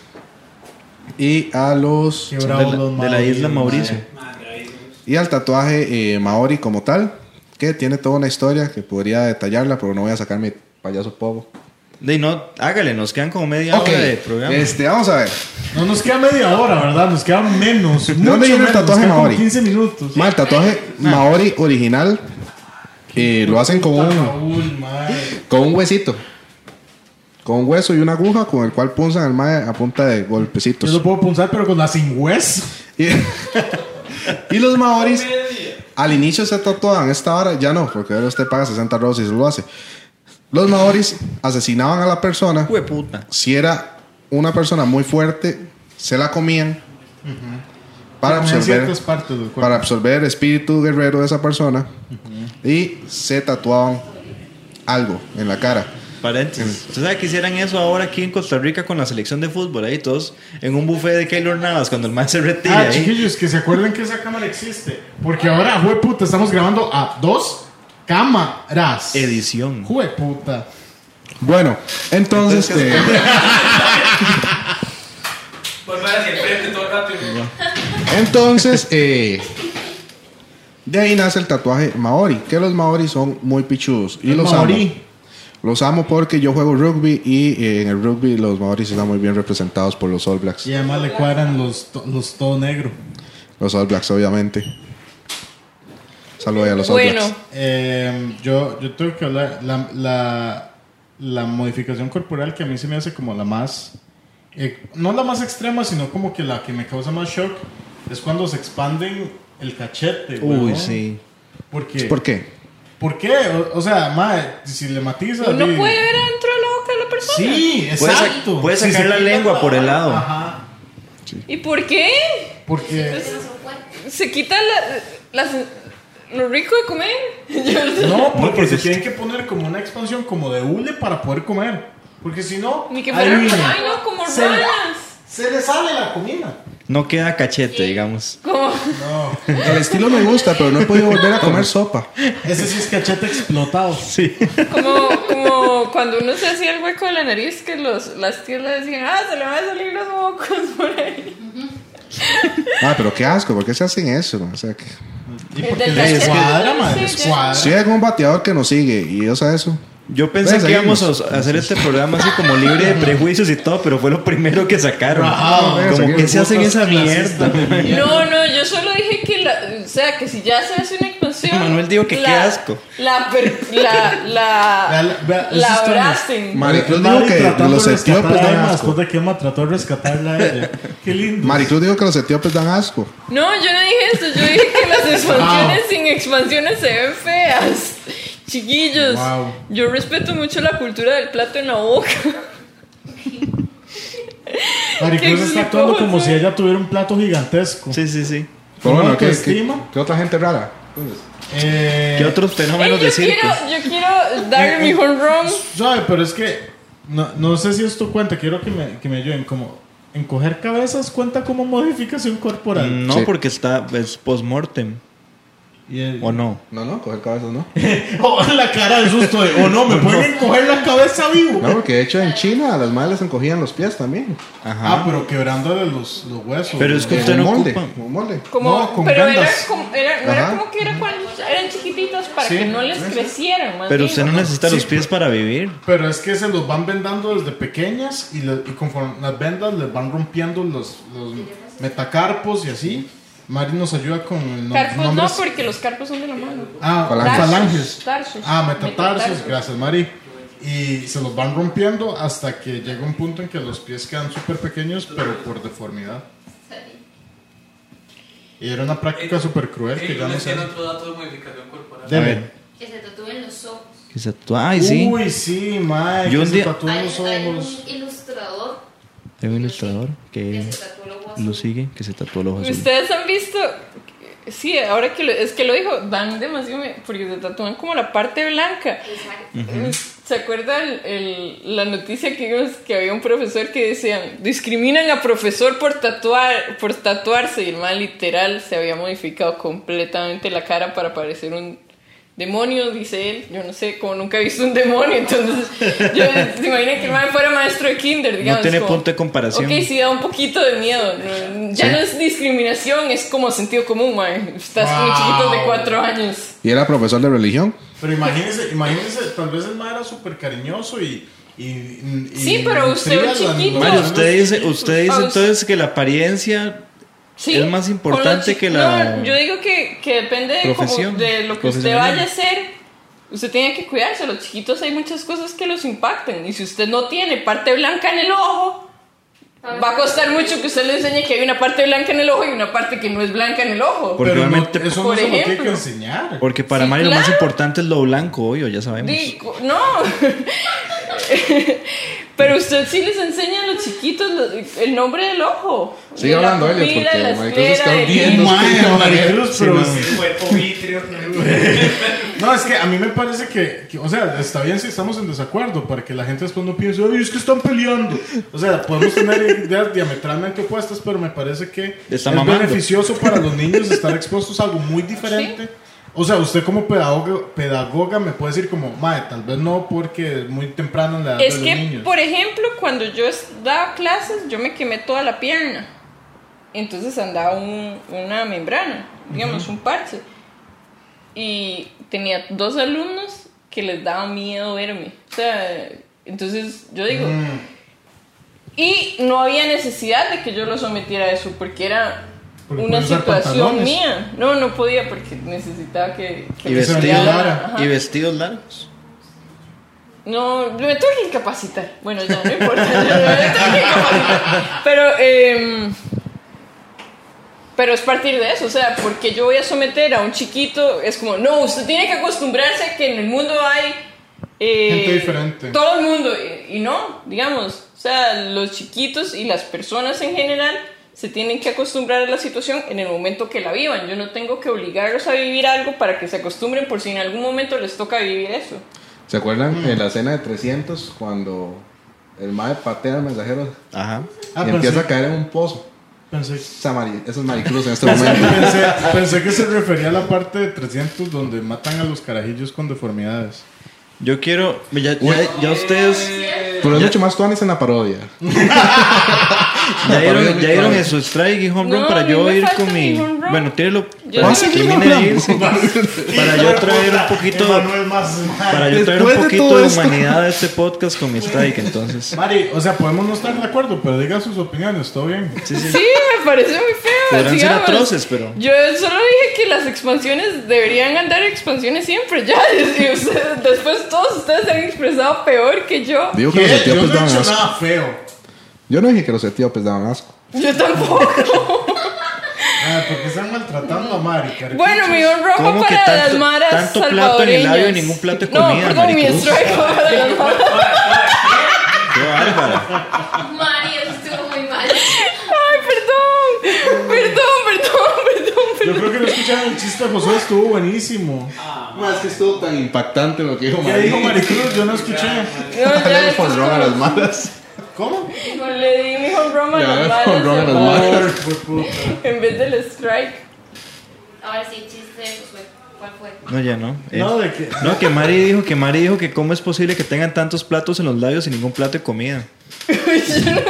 B: y a los
C: Qué
A: Son
C: bravos
A: de la-
C: los
A: de la isla
C: maoríes,
A: Mauricio.
C: madre.
B: y al tatuaje eh, maori como tal, que tiene toda una historia que podría detallarla, pero no voy a sacar mi payaso pogo.
A: De no, hágale, nos quedan como media
B: Ok,
A: hora de programa.
B: este, vamos a ver.
C: No nos queda media hora, ¿verdad? Nos queda menos. mucho
B: viene el
C: menos, nos
B: tatuaje
C: queda como
B: maori?
C: 15 minutos.
B: Ma, el tatuaje maori original eh, lo hacen con
C: Puta,
B: un,
C: Raúl, madre.
B: con un huesito. Con un hueso y una aguja con el cual punzan al mae a punta de
C: Yo
B: golpecitos.
C: lo puedo punzar, pero con la sin hueso.
B: Y, y los maoris al inicio se tatuaban esta hora, ya no, porque ahora usted paga 60 rosas y se lo hace. Los maoris asesinaban a la persona.
A: Hue puta.
B: Si era una persona muy fuerte, se la comían para
C: Pero en
B: absorber,
C: ciertas partes del cuerpo.
B: para absorber el espíritu guerrero de esa persona. Y se tatuaban algo en la cara.
A: Paréntesis.
B: Mm.
A: ¿Usted sabe que hicieran eso ahora aquí en Costa Rica con la selección de fútbol? Ahí todos en un buffet de Keylor Navas cuando el man se retira.
C: Ah,
A: ahí.
C: chiquillos, que se acuerden que esa cámara existe. Porque ahora, jueputa, estamos grabando a dos cámaras.
A: Edición.
C: Jueputa.
B: Bueno, entonces. eh,
E: Volver hacia el frente todo rápido.
B: Entonces, eh, de ahí nace el tatuaje Maori, que los Maori son muy pichudos. Y
C: El
B: los
C: maorí.
B: amo. Los amo porque yo juego rugby y eh, en el rugby los Maori están muy bien representados por los All Blacks.
C: Y además le cuadran los, to- los todo negro.
B: Los All Blacks, obviamente. Saludos a los All
D: Bueno,
B: Blacks.
C: Eh, yo, yo tengo que hablar. La, la, la modificación corporal que a mí se me hace como la más. eh, no la más extrema, sino como que la que me causa más shock es cuando se expanden el cachete.
A: Uy,
C: huevón.
A: sí.
C: Porque,
B: ¿Por qué?
C: ¿Por qué? O, o sea, mae, si le matiza.
D: uno
C: di-
D: puede ver adentro de la boca de la persona.
C: Sí,
A: Puede sa-
C: exacto.
A: puede
C: Si se
A: sacar la
C: quitan
A: lengua por el lado.
C: Ajá.
D: ¿Y por qué?
C: Porque.
D: Se quita la, las- lo rico de comer. Yo-
C: No, porque
A: pues
C: se
A: es-
C: tienen que poner como una expansión como de hule para poder comer. Porque si no.
D: Ni que fuera.
C: adivinen,
D: Ay, no, como
C: Se-
D: ranas.
C: Se le sale la comida.
A: No queda cachete, digamos.
D: Como.
C: No.
B: El estilo me gusta, pero no he podido volver a comer sopa.
C: Ese sí es cachete explotado.
A: Sí.
D: Como, como cuando uno se hacía el hueco de la nariz, que los, las tías le decían, ah, se le van a salir los mocos por ahí.
B: Ah, pero qué asco, ¿por qué se hacen eso? man? O sea, que...
C: Y
D: El
C: porque
D: del
C: les
D: cachete,
C: cuadra,
D: sí,
C: madre.
D: ya.
C: Les cuadra.
B: Si hay algún bateador que nos sigue y yo sé eso.
A: Yo pensé
B: Pues,
A: que íbamos
B: seguimos.
A: a hacer este programa así como libre de prejuicios y todo, pero fue lo primero que sacaron.
C: Ajá,
B: bueno,
A: como que
B: seguimos.
A: se hacen
C: Putas
A: esa mierda.
C: clasistas de mierda.
D: No, no, yo solo dije que, la, o sea, que si ya se hace una expansión.
A: Manuel dijo que
D: la-
A: qué asco.
D: La, per- la, la,
C: Vea, la- vea,
D: la
C: esos temas.
D: abracen.
B: Maricruz dijo
C: Mari
B: que
C: tratando
B: los
C: de rescatar
B: etíopes
C: a
B: dan
C: Emma
B: asco.
C: Después de que Emma trató de rescatarla a ella. Qué lindo.
B: Maricruz dijo que los etíopes dan asco.
D: No, yo no dije eso, yo dije que las expansiones sin expansiones se ven feas. Chiquillos,
C: Wow.
D: yo respeto mucho la cultura del plato en la boca.
C: Maricruz
D: Qué
C: está actuando
D: glucosa.
C: como si ella tuviera un plato gigantesco.
A: Sí, sí, sí.
B: Pero bueno,
C: ¿Cómo
B: ¿qué,
C: autoestima?
B: qué- qué otra gente rara? Pues,
C: Eh,
A: ¿Qué otros fenómenos
D: Ey,
A: de
D: yo,
A: circo?
D: quiero, yo quiero darle mi home run.
C: Sabe, pero es que no, no sé si esto cuenta, quiero que me, que me ayuden. Como encoger cabezas cuenta como modificación corporal.
A: No,
B: Sí.
A: porque está es post-mortem,
C: Y el-
A: ¿o no?
B: No, no, coger cabezas no.
C: Oh, la cara de susto de, oh no, me pueden encoger la cabeza vivo.
B: No, porque de hecho en China a las madres les encogían los pies también.
A: Ajá.
C: Ah, pero quebrándole los, los huesos.
A: Pero es que
B: En
A: usted
B: un
A: no
B: molde,
A: ocupa.
B: en un molde.
D: Como,
C: No, con
D: pero era,
C: bandas.
D: como, era, no era
B: Ajá.
D: como que era cuando eran chiquititos para
C: Sí,
D: que no les
C: sí, sí.
D: crecieran. Más
A: Pero
D: bien.
A: usted no necesita
C: Sí,
A: los pies para vivir.
C: Pero es que se los van vendando desde pequeñas y, le- y conforme las vendas les van rompiendo los, los metacarpos y así. Mari nos ayuda con el nom-
D: Carpos
C: nombres.
D: no, porque los carpos son de la mano.
C: Ah,
B: Falanges.
C: falanges.
D: Tarsos.
C: Ah, metatarsos,
D: Metatarsos.
C: gracias Mari. Y se los van rompiendo hasta que llega un punto en que los pies quedan súper pequeños, pero por deformidad. Y era una práctica súper cruel que
E: Ey,
C: ya no
E: les
C: se
E: tiene
C: hace.
E: otro dato pues, de modificación corporal.
A: A
C: Deme.
A: ver.
F: Que se tatúen los ojos.
A: Que se tatúa- Ay, sí.
C: Uy, sí, mae.
A: Yo
C: que
A: un
C: se
A: día-
C: tatúan los
F: hay
C: ojos. Eh,
F: un ilustrador
A: Hay un ilustrador
F: que
A: que
F: se tatuó los ojos.
A: lo sigue, que se tatuó los ojos. azules.
D: Ustedes han visto. Sí, ahora que lo, es que lo dijo, dan demasiado. me- Porque se tatúan como la parte blanca.
F: Exacto.
D: ¿Se acuerdan la noticia que vimos que había un profesor que decían discriminan a profesor por tatuar por tatuarse y el man literal se había modificado completamente la cara para parecer un demonio, dice él. Yo no sé, como nunca he visto un demonio, entonces yo se imagina que el man fuera maestro de kinder, digamos.
A: tiene
D: como,
A: punto de comparación.
D: Ok, sí da un poquito de miedo. no- Ya
B: Sí.
D: no es discriminación, es como sentido común, man. Estás muy
C: Wow.
D: chiquito de cuatro años.
B: Y era profesor de religión.
C: Pero imagínense, imagínense, tal vez el mae era súper cariñoso y. y- y-
D: Sí,
C: y
D: pero usted
C: nutría
D: un
C: las-
D: chiquito.
A: Mario,
D: No,
A: usted dice, usted dice
D: Ah,
A: entonces que la apariencia
D: Sí,
A: Es más
D: con
A: importante
D: los chi-
A: que la
D: No, yo digo que, que depende de, como
A: profesión,
D: de lo que usted
A: profesional.
D: vaya a hacer. Usted tiene que cuidarse. Los chiquitos hay muchas cosas que los impactan. Y si usted no tiene parte blanca en el ojo, va a costar mucho que usted le enseñe que hay una parte blanca en el ojo y una parte que no es blanca en el ojo.
A: Por- Porque
C: Pero no-
A: obviamente-
C: eso
D: Por
C: no se lo tiene que
D: ejemplo.
C: enseñar.
A: Porque para
D: Sí,
A: Mario lo más
D: claro.
A: importante es lo blanco, obvio, ya sabemos.
D: Digo, no. Pero usted sí les enseña a los chiquitos lo- el nombre del ojo.
B: Sigue
D: De la
B: hablando, Elliot,
D: pupila,
B: porque
D: la
B: Maricruz
D: esclera,
B: está
D: el
B: hundiendo.
D: iris.
C: Mae, Maricruz, pero
E: Ese cuerpo vitrio.
C: No, es que a mí me parece que, que, o sea, está bien si estamos en desacuerdo, para que la gente después no piense, ay, es que están peleando. O sea, podemos tener ideas diametralmente opuestas, pero me parece que
A: Está
C: es
A: mamando.
C: beneficioso para los niños estar expuestos a algo muy diferente O sea, usted como pedagoga, pedagoga me puede decir como, madre, tal vez no porque es muy temprano en la edad de
D: Es
C: los
D: que,
C: niños.
D: por ejemplo, cuando yo es- daba clases, yo me quemé toda la pierna. Entonces andaba un- una membrana, digamos, un parche. Y tenía dos alumnos que les daba miedo verme. O sea, entonces yo digo.
C: Mm.
D: Y no había necesidad de que yo lo sometiera a eso, porque era
C: Porque
D: una
C: podía usar
D: situación
C: pantalones.
D: mía. No, no podía porque necesitaba que. que
A: Y
D: me
A: vestidos,
C: vestido
D: cuidara.
C: largo.
D: Ajá.
A: y vestidos largos.
D: No, me tengo que incapacitar. Bueno, ya no importa. ya me tengo que incapacitar. Pero, em, pero es partir de eso. O sea, porque yo voy a someter a un chiquito. Es como, no, usted tiene que acostumbrarse a que en el mundo hay. eh,
C: Gente diferente.
D: Todo el mundo. Y, y no, digamos. O sea, los chiquitos y las personas en general se tienen que acostumbrar a la situación en el momento que la vivan. Yo no tengo que obligarlos a vivir algo para que se acostumbren por si en algún momento les toca vivir eso.
B: ¿Se acuerdan
C: Mm.
B: en la cena de 300 cuando el mae patea al mensajero
A: Ajá.
C: Ah,
B: y
C: pero
B: empieza
C: sí.
B: a caer en un pozo?
C: Pensé,
B: Esa mari- esos maricruz en este momento.
C: pensé, pensé que se refería a la parte de 300 donde matan a los carajillos con deformidades.
A: Yo quiero. Ya, ya, ya ustedes.
B: Pero es
A: Ya-
B: mucho más tuanis en la parodia.
A: Ya dieron, ya dieron en su strike y home run
D: No, a
A: para
D: mí
A: yo
D: me
A: ir
D: falta
A: con
D: mi
A: mi.
D: home run.
A: Bueno, tírelo.
D: Yo
A: para
D: sí.
A: que termine de irse. Para yo traer un poquito.
C: Manuel más.
A: Para yo traer un
B: Después de
A: poquito
B: todo
A: de
B: esto.
A: humanidad a este podcast con mi strike, entonces.
C: Mari, o sea, podemos no estar de acuerdo, pero diga sus opiniones, todo bien.
A: Sí, sí.
D: Sí, me parece muy feo.
A: Podrán ser
D: digamos.
A: atroces, pero.
D: Yo solo dije que las expansiones deberían andar expansiones siempre, ya. Y ustedes- después todos ustedes se han expresado peor que yo.
B: Digo que los pues,
C: ¿Qué? Yo no
B: etíopes
C: he
B: daban
C: hecho
B: asco.
C: nada feo.
B: Yo no dije que los etíopes daban asco.
D: Yo tampoco.
C: Ah, porque están maltratando a Mari, carajo.
D: bueno, mi rojo
A: ¿Cómo que
D: para
A: tanto-
D: las maras
A: tanto plato en el
D: salvadoreñas.
A: labio y ningún plato de comida,
D: No, perdón, mi
A: maricruz?
D: strike fue para las maras.
A: Qué bárbara.
F: Mari, eso estuvo muy mal.
D: Ay, perdón. Perdón, perdón, perdón,
C: Yo
D: perdón.
C: creo que no escucharon el chiste de Josué, estuvo buenísimo.
B: Ah, es que estuvo tan impactante lo que dijo
C: ¿Qué dijo Maricruz? Yo no escuché.
D: No, ya,
B: Le
D: esto es
B: honrón a las
D: como-
B: malas.
C: ¿Cómo?
D: no, le di mi home run a
B: Le
D: las
B: hagas
D: maras,
B: home run a las
D: hermano,
B: maras.
C: Por- por puta.
D: En vez del strike.
F: Ahora sí, chiste, Josué. ¿Cuál fue?
A: No, ya no. Eh,
C: No, de que.
A: No, que Mari dijo que Mari dijo que cómo es posible que tengan tantos platos en los labios y ningún plato de comida.
D: Yo no dije-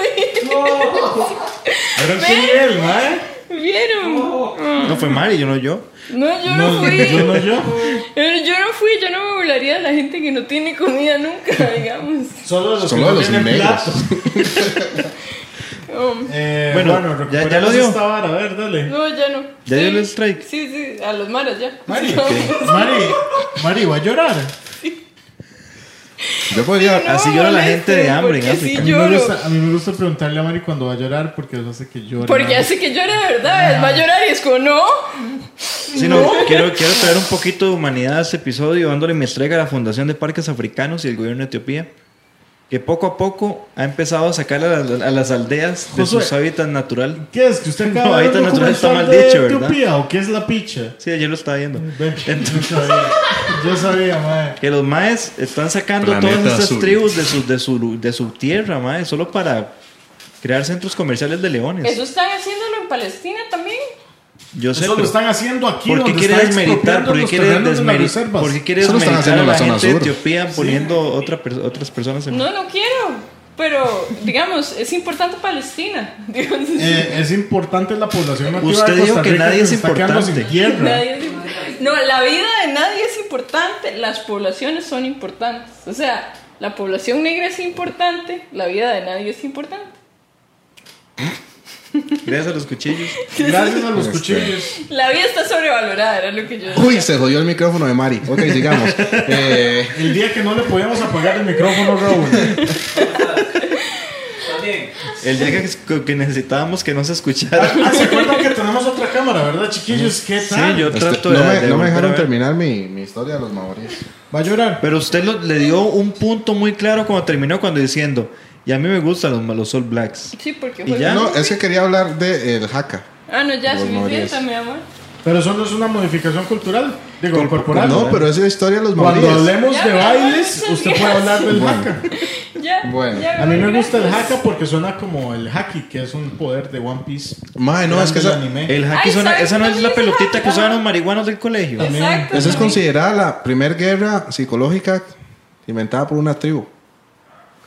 C: Era el Miguel, ¿eh?
D: ¿Vieron?
A: No fue Mari, yo no yo.
D: No, yo no,
C: No,
D: fui.
C: yo no, yo.
D: Eh, Yo no fui, yo no me burlaría de la gente que no tiene comida nunca, digamos.
C: Solo de los
B: Solo
C: que
B: de
C: no
B: los
C: tienen
B: negros.
C: plato.
D: Um,
C: Eh,
A: Bueno,
C: bueno,
A: ya- ya lo
C: recuperemos
A: dio.
C: esta vara, a ver, dale.
D: no, ya no.
A: ¿Ya
D: Sí.
A: dio el strike?
D: Sí, sí, a los maras ya.
C: Mari, Mari, Mari, ¿va a llorar?
B: Yo podría.
D: No, este,
A: Así llora la gente de hambre en
D: porque sí
A: África.
C: A mí, me
D: lloro.
C: gusta, a mí me gusta preguntarle a Mari cuando va a llorar porque eso hace que llore.
D: Porque
C: más.
D: hace que llore de
A: Ah.
D: verdad, va a llorar y es como, no.
A: Sí, no, quiero, quiero traer un poquito de humanidad a este episodio, dándole mi estrega a la Fundación de Parques Africanos y el gobierno de Etiopía, que poco a poco ha empezado a sacar a, las- a las aldeas de
C: Josué.
A: sus hábitats natural.
C: ¿Qué es? ¿Que usted acaba
A: No,
C: de ver
A: ahorita
C: un
A: natural está
C: documental
A: mal
C: de
A: dicho, ¿verdad?
C: Etiopía o qué es la picha?
A: Sí, ayer lo estaba viendo.
C: Ven, yo sabía, yo sabía, mae.
A: Que los maes están sacando
B: Planeta
A: todas estas
B: azul.
A: tribus de su, de su, de su tierra, mae, solo para crear centros comerciales de leones.
D: Eso están haciéndolo en Palestina también.
A: Yo sé,
C: Eso lo
A: pero-
C: están haciendo aquí.
A: ¿Por qué
C: donde
A: quiere
C: están
A: desmeritar?
C: expropiando
A: ¿Por qué
C: los
A: quiere
C: terrenos de las
A: desmeri-
C: reservas?
A: por qué quiere
B: Eso lo están
A: desmeritar a la
B: haciendo en la
A: gente
B: zona
A: de
B: sur.
A: Etiopía poniendo otra per- otras personas en...
D: No, no quiero. Pero, digamos, es importante Palestina. Digamos,
C: Eh, es importante la población nativa
A: Usted
C: de Costa
A: dijo que
C: Rica
A: nadie
C: se
A: es
C: está quedando sin
A: importante.
C: tierra.
D: Nadie es imp- no, la vida de nadie es importante, las poblaciones son importantes. O sea, la población negra es importante, la vida de nadie es importante.
A: Gracias a los cuchillos.
C: Gracias a los
B: Este.
C: cuchillos.
D: La vida está sobrevalorada, era lo que yo
B: Uy, se jodió el micrófono de Mari. Ok, sigamos. Eh,
C: El día que no le podíamos apagar el micrófono, Raúl.
E: ¿Está bien?
A: El día que, que necesitábamos que no se escuchara.
C: Ah, se acuerdan que tenemos otra cámara, ¿verdad, chiquillos? ¿Qué
A: Sí,
C: tal?
A: yo
B: este,
A: trato de...
B: no, me,
A: de
B: no me
A: volver a
B: dejaron
A: ver.
B: terminar mi, mi historia de los maoríes.
C: Va a llorar.
A: Pero usted lo- le dio un punto muy claro cuando terminó, cuando diciendo, y a mí me gustan los malos All Blacks.
D: Sí, porque
A: ¿Y ya?
B: No, es que quería hablar del el jaca.
D: Ah, no, ya
B: Los
D: suficiente,
B: maoríes.
D: mi amor.
C: Pero eso no es una modificación cultural, digo,
A: Cor-
C: corporal.
B: No, pero es la historia de los
C: Cuando
B: maoríes.
C: hablemos
D: Ya,
C: de
D: mi amor,
C: bailes,
D: eso
C: usted
D: es.
C: puede hablar del
B: Bueno.
C: jaca.
D: Ya.
B: Bueno,
D: ya
C: A mí me
D: regreso.
C: gusta el haka porque suena como el haki, que es un poder de One Piece.
B: Mae, no,
C: Grande
B: es que
C: del
B: esa-
C: anime.
A: El haki
D: Ay,
A: suena,
D: ¿sabes
A: esa no es
D: también
A: la
D: es
A: pelotita
D: haki?
A: que usaban los marihuanos del colegio.
B: Esa
D: Exacto.
B: es
D: también.
B: considerada la primera guerra psicológica inventada por una tribu.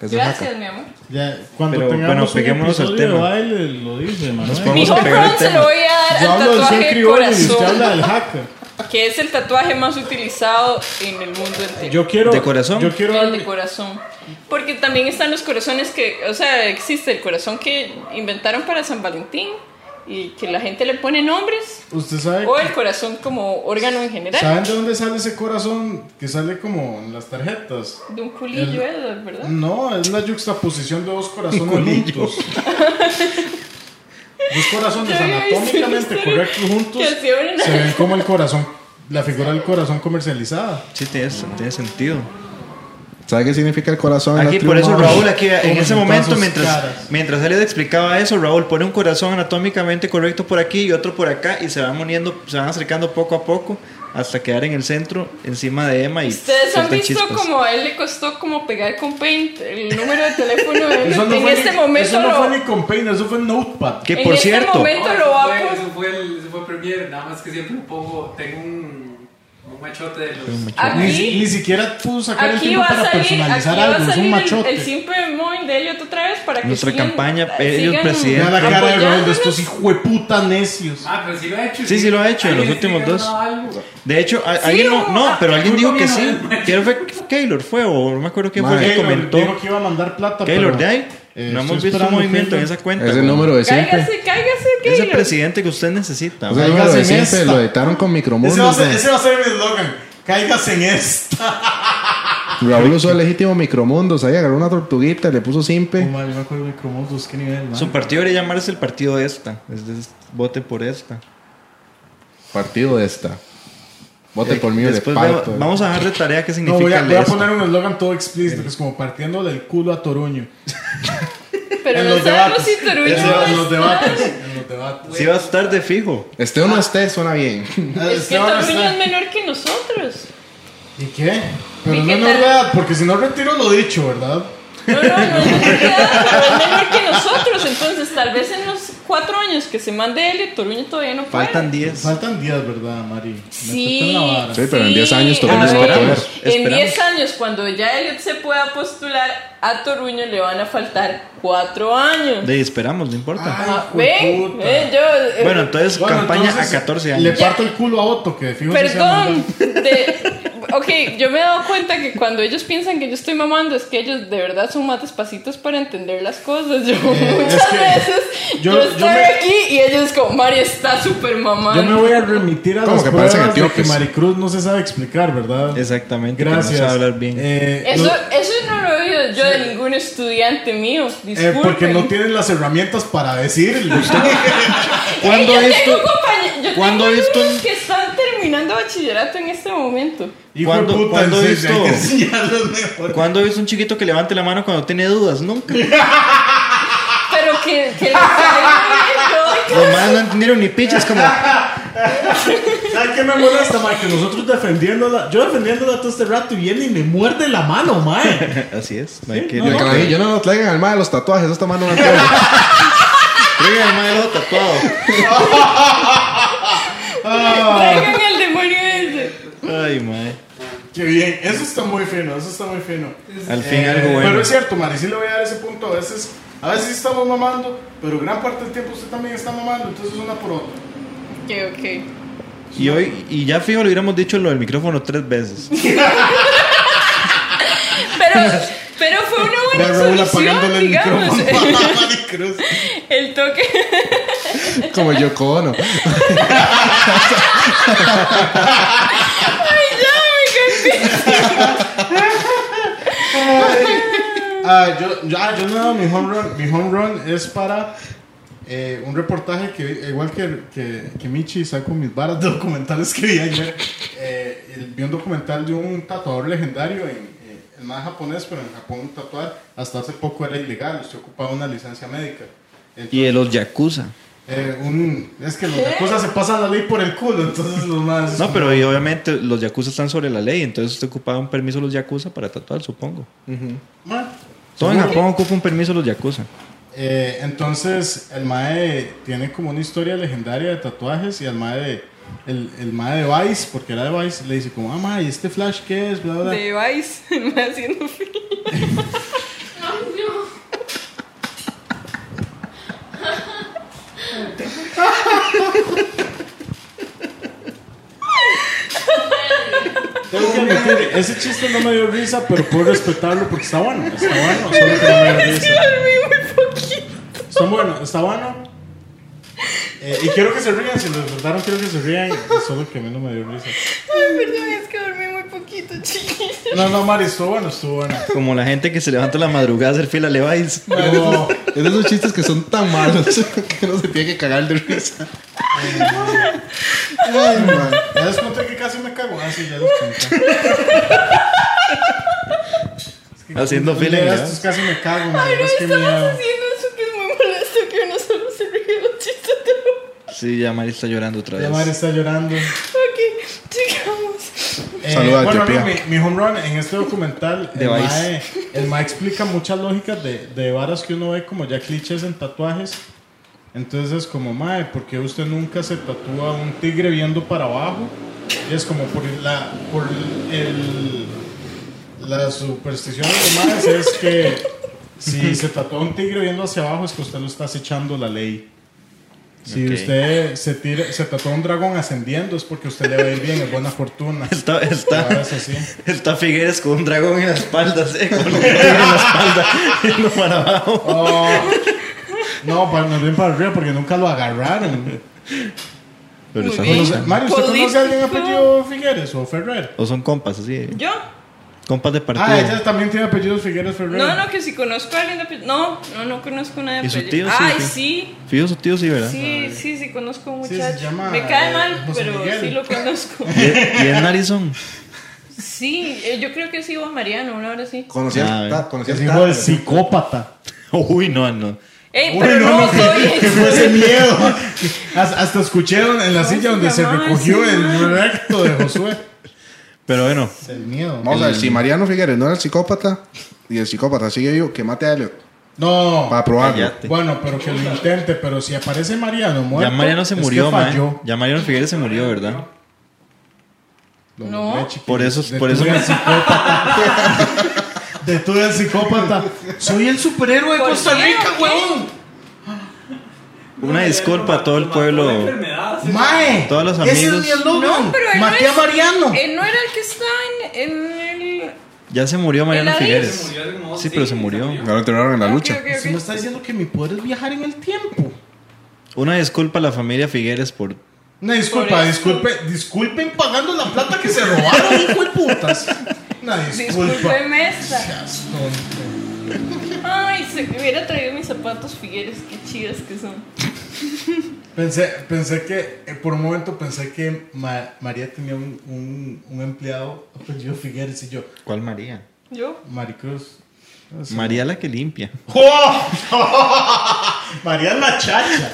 B: Es el
D: Gracias,
B: Haka.
D: mi amor.
C: Ya, cuando
A: Pero, bueno,
C: tengamos un
A: peguémonos al
C: episodio de
A: tema.
C: baile, lo dice, Manuel.
A: podemos-
D: Mi
A: Vamos a
D: home
A: pegar el
D: run se
A: tema.
D: lo voy a dar
C: Yo
D: al
C: hablo del
D: tatuaje
C: ser
D: de
C: criollo y usted
D: corazón,
C: habla del haka.
D: que es el tatuaje más utilizado en el mundo entero.
C: Yo quiero...
A: ¿De corazón?
C: Yo quiero...
D: El de
C: darle-
D: corazón. Porque también están los corazones que, o sea, existe el corazón que inventaron para San Valentín y que la gente le pone nombres.
C: Usted sabe...
D: O el corazón como órgano en general.
C: ¿Saben de dónde sale ese corazón? Que sale como en las tarjetas.
D: De un culillo,
C: El- Mm,
D: Edward, ¿verdad?
C: No, es la juxtaposición de dos corazones
A: Culillo.
C: juntos. Dos corazones
D: Yo había visto
C: anatómicamente
D: una
C: correctos juntos
D: que hacía una-
C: se ven como el corazón, la figura del corazón comercializada.
A: Sí, tiene, tiene sentido.
B: ¿Sabe qué significa el corazón? en la
A: Aquí,
B: tribu
A: por eso
B: Mara?
A: Raúl, aquí en
C: Como
A: ese
C: en
A: momento,
C: todas sus
A: mientras,
C: caras.
A: mientras él les explicaba eso, Raúl pone un corazón anatómicamente correcto por aquí y otro por acá y se van uniendo, se van acercando poco a poco hasta quedar en el centro encima de Emma y
D: Ustedes han
A: sueltan
D: visto
A: chispas.
D: como a él le costó como pegar con paint el número de teléfono de él.
C: Eso no
D: en
C: fue
D: este
C: ni-
D: momento
C: eso no
D: lo-
C: fue ni con Paint, eso fue en Notepad.
A: Que
D: en
A: por
D: este
A: cierto,
D: momento- Esto lo
E: eso
D: va
E: fue-
D: por-
E: Eso fue el eso fue Premiere, nada más que siempre lo pongo. Tengo un, un machote de los.
D: Aquí-
C: Ni, si- ni siquiera pudo sacar el
D: Aquí
C: tiempo
D: va a
C: para
D: salir, aquí
C: personalizar
D: va
C: algo,
D: a
C: es un
D: salir el,
C: machote.
D: el simple móvil de Elliot otra vez para que
A: Nuestra
D: sigan-
A: campaña,
D: sigan
A: Elliot presidente.
C: Mira la cara de Raúl de
D: apoyándonos.
C: estos hijueputas necios.
E: Ah, pero sí lo ha hecho.
A: Sí, sí lo ha hecho en los
E: Alguien
A: últimos
E: sí
A: dos.
E: ganó algo.
A: De hecho, a- alguien no,
D: ah,
A: no, pero alguien dijo que sí.
E: Culpa
A: ¿Quién fue? Keylor fue o no me acuerdo quién fue el que
C: Keylor
A: comentó.
C: dijo que iba a mandar plata.
A: Keylor,
C: pero,
A: de ahí.
C: eh,
A: No
C: estoy
A: hemos visto
C: esperando
A: movimiento en
C: Keylor.
A: esa cuenta.
B: Es el
A: güey.
B: número de siempre.
D: Cáigase, cáigase,
A: Es el
D: Keylor.
A: presidente que usted necesita.
B: Es el
A: güey.
B: número de
C: Cáigase en
B: siempre.
C: esta.
B: Lo editaron con
C: Ese va, a ser,
B: Micromundos.
C: ese va a ser mi eslogan. Caigas en esta.
B: Raúl usó el legítimo Micromundos. Ahí agarró una tortuguita, le puso
C: Oh,
B: simple.
C: madre, yo me acuerdo de Cromotos, qué nivel, man.
A: Su partido debería llamarse el partido de esta. Es de- este, vote por esta.
B: Partido de esta. Vote
A: Eh,
B: por mí, o le
A: Después
B: parto.
A: veo- vamos a dejar de tarea qué significa
C: No, voy a,
A: el
C: voy a
A: esto.
C: poner un eslogan todo explícito, que es como partiéndole el culo a Toruño.
D: Pero
C: en
D: no
C: los
D: sabemos
C: debates.
D: si Toruño
C: En los- en los
D: es...
C: debates. En los debates.
A: Sí va a estar de fijo.
B: Este o no esté, suena bien.
D: Es que
C: Esteban
D: Toruño
C: está-
D: es menor que nosotros.
C: ¿Y qué? Pero
D: ¿Y
C: no
D: qué
C: es
D: tal?
C: menor de edad, porque si no retiro lo dicho, ¿verdad?
D: No, no, no, no, es menor que edad, pero es menor que nosotros. Entonces, tal vez en los cuatro años que se mande Elliot, Toruño todavía no puede.
A: Faltan 10.
C: Faltan días, ¿verdad, Mari? Me
D: Sí,
C: aceptan la vara.
B: Sí, pero en 10 años
D: a
B: Toruño
A: no va a
D: ver,
A: poder.
D: En
A: Esperamos.
D: 10 años, cuando ya Elliot se pueda postular, a Toruño le van a faltar 4 años.
A: De esperamos, no importa.
C: Ay,
D: Ah,
C: hijo de
D: ven,
C: puta.
D: ven, yo. eh,
A: bueno, entonces
C: Bueno,
A: campaña
C: entonces,
A: a 14
C: Le
A: años.
C: parto el culo a Otto, que de fijo sí se llama
D: Perdón. de- ok, yo me he dado cuenta que cuando ellos piensan que yo estoy mamando, es que ellos de verdad son más despacitos para entender las cosas. Yo
C: Eh,
D: muchas
C: es que
D: veces
C: yo-
D: yo,
C: yo
D: estoy
C: me-
D: aquí y ellos como, Mario está súper mamando.
C: Yo me voy a remitir a
B: ¿Cómo
C: las
B: que
C: pruebas
B: parecen
C: de que
B: etíopes?
C: Maricruz no se sabe explicar, ¿verdad?
A: Exactamente.
C: Gracias.
A: Que no sabe hablar bien.
C: Eh,
D: Eso,
C: no-
D: eso no lo he oído yo de ningún estudiante mío.
C: eh,
D: Disculpen.
C: porque no tienen las herramientas para decirlo.
A: ¿Cuándo
D: yo
A: ha visto-
D: tengo compañe- yo
A: ¿Cuándo
D: tengo
A: ha visto
D: amigos
A: un-
D: que están terminando bachillerato en este momento.
C: Hijo de
A: ¿Cuándo-
C: puta,
A: cuándo
C: en
A: esto?
C: serio, hay que enseñarles mejor.
A: ¿Cuándo ves un chiquito que levante la mano cuando tiene dudas? Nunca.
D: Pero que, que les salga bien, yo-
A: Los más no entendieron ni pichas como.
C: ¿Sabes qué me molesta, Mae? Que nosotros defendiéndola, yo defendiéndola todo este rato y viene y me muerde la mano, Mae.
A: Así es. No hay
C: Sí,
A: que.
C: no,
A: No,
B: El
A: hay
B: carajillo,
A: que-
B: yo no nos traigan al mar de los tatuajes. Esta mano no entiende.
A: Traigan el madero tatuado.
C: Ah.
D: Traigan al demonio ese.
A: Ay, madre.
C: Qué bien, eso está muy fino, eso está muy fino.
A: Al fin
C: Eh,
A: algo bueno.
C: Pero es cierto, Mari, sí le voy a dar ese punto. A veces, a veces sí estamos mamando, pero gran parte del tiempo usted también está mamando, entonces es una por otra.
D: Ok, ok.
A: Y hoy, y ya fijo, le hubiéramos dicho lo del micrófono tres veces.
D: Pero, pero fue una
C: Ve a
D: buena
C: Raúl
D: solución,
C: apagándole el
D: digamos.
C: micrófono a Mari Cruz.
D: El toque.
B: Como Yoko Ono.
D: Ay, ya me cambié.
C: Ah, yo, yo, ah, yo no, mi home run, mi home run es para eh, un reportaje que, igual que, que, que Michi saco mis varas de documentales que vi ayer, eh, el- vi un documental de un tatuador legendario, en, eh, el más japonés, pero en Japón tatuar hasta hace poco era ilegal, usted ocupaba una licencia médica. Entonces,
A: Y de los yakuza.
C: eh, un- es que los cosas se pasan la ley por el culo, entonces los más...
A: No, pero y obviamente los yakuza están sobre la ley, entonces usted ocupaba un permiso de los yakuza para tatuar, supongo.
C: Ma,
A: Todo en Japón ocupa un permiso los yakuza.
C: Eh, entonces, el Mae tiene como una historia legendaria de tatuajes y el Mae de, el, el mae de Vice, porque era de Vice, le dice como, ah, Mae, ¿y este flash qué es? Bla, bla, bla.
D: De Vice, el mae haciendo fila.
F: no.
C: Tengo que admitir, ese chiste no me dio risa, pero puedo respetarlo porque está bueno. Está bueno, solo que no me dio
D: Es que
C: risa.
D: dormí muy poquito.
C: Está bueno, está bueno. Eh, y quiero que se rían, si lo disfrutaron, quiero que se rían, solo que a mí no me dio risa.
D: Ay, perdón, es que dormí muy poquito, chiquillos.
C: No, no, Mari, estuvo bueno, estuvo bueno.
A: Como la gente que se levanta a la madrugada a hacer fila, le vais.
C: No,
B: Es de esos chistes que son tan malos que no se tiene que cagar de risa. Ay, man.
C: ya les conté que casi me cago. Ah, sí, ya les conté.
A: Haciendo
C: Un
A: fila.
C: día de
A: ¿verdad?
C: estos pues, casi me cago, man.
D: Ay, no
C: es que
D: estamos
C: miedo.
D: haciendo eso que es muy molesto que uno solo se ríe de los chistes de uno.
A: Sí, ya Mari está llorando otra
C: Ya Mari
A: vez.
C: está llorando.
D: Ok, sigamos.
C: Eh,
B: Saluda a
C: bueno,
B: Yopia.
C: no, mi, mi home run en este documental,
A: De
C: el
A: Vice.
C: mae, el mae explica muchas lógicas de, de varas que uno ve como ya clichés en tatuajes. Entonces es como, mae, ¿por qué usted nunca se tatúa un tigre viendo para abajo? Y es como por la, por el, la superstición de los maes es que si se tatúa un tigre viendo hacia abajo es que usted lo está acechando la ley. Si
A: Ok.
C: usted se, tira, se tatúa un dragón ascendiendo es porque usted le va a ir bien, es buena fortuna.
A: Está, está,
C: Ahora Ah, sí.
A: está Figueres con un dragón en la espalda, sí, con un dragón en la espalda, yendo para abajo.
C: Oh. No, para, más bien para arriba porque nunca lo agarraron.
B: Pero
D: Muy
B: está
D: bien.
B: bueno.
C: Mario, ¿usted conoce a alguien apellido Figueres o Ferrer?
A: O son compas, así. eh,
D: ¿Yo?
A: Compas de partido.
C: Ah, ella también tiene apellidos Figueres Ferrer.
D: No, no, que si conozco a alguien de apellido. No, no, no conozco a nadie de
A: ¿Y su
D: apellido.
A: tío sí,
D: Ay,
A: o qué?
D: sí.
A: Fijo su tío, sí, ¿verdad?
D: Sí, sí, sí, conozco a un
C: Ah, Sí, se
D: muchacho.
C: llama,
D: Me cae
C: eh,
D: mal,
C: José
D: pero
C: Miguel.
D: sí lo conozco.
A: Y, y es narizón.
D: Sí, eh, yo creo que sí, o a Mariano, una hora sí.
B: Conocí
A: Ah,
B: al
A: bien.
B: ta- conocí
C: Es
B: al
C: hijo del
B: ta-
C: psicópata.
A: Uy, no, no.
D: ¡Ey, pero no, soy
C: que fue ese miedo. Hasta, hasta escucharon en la
D: No,
C: silla
D: sí,
C: donde se
D: jamás,
C: recogió
D: sí,
C: el
D: jamás.
C: recto de Josué.
A: Pero bueno,
C: El miedo.
B: Vamos a ver, si Mariano Figueres no era el psicópata y el psicópata sigue vivo, que mate a Elliot
C: No.
A: Ah,
B: para probarlo.
A: Cállate.
C: Bueno, pero que lo intente. Pero si aparece Mariano muerto.
A: ya Mariano se
C: es que
A: murió, mae.
C: falló.
A: Ya Mariano Figueres se murió, ¿verdad?
C: Lo
D: No.
C: nombré, chiquillos.
A: Por eso-
C: De
A: por
C: tú
A: eso
C: del
A: me-
C: psicópata. De tú del psicópata. Soy el superhéroe de
D: ¿Por
C: Costa
D: qué,
C: Rica,
D: o qué?
C: huevón.
A: Una disculpa a todo el pueblo.
C: Mae.
A: Todos los
C: Ese es
A: amigos.
C: mi eslogan.
D: No, pero él
C: Maté
D: no
C: a
D: es-
C: Mariano.
D: Él no era el que está en, en el.
A: Ya se murió Mariano
D: El Adif.
E: Se
A: Figueres.
E: murió hace como dos
A: Sí, pero se
E: siglos,
A: murió.
E: amigo.
B: Ya lo enterraron en la
D: Ok,
B: lucha.
D: ok,
C: Usted me
D: ok.
C: está diciendo que mi poder es viajar en el tiempo.
A: Una disculpa a la familia Figueres por.
C: Una disculpa,
D: Por eso.
C: disculpe, disculpen pagando la plata que se robaron, hijo de putas. Una disculpa.
D: Discúlpeme esta.
C: Seas tonto.
D: Ay, se hubiera traído mis zapatos Figueres, qué chidas que son.
C: Pensé, pensé que, eh, por un momento pensé que Ma- María tenía un, un, un empleado apellido Figueres y yo,
A: ¿Cuál María?
D: Yo.
C: Maricruz.
A: María la que limpia.
C: María es la chacha.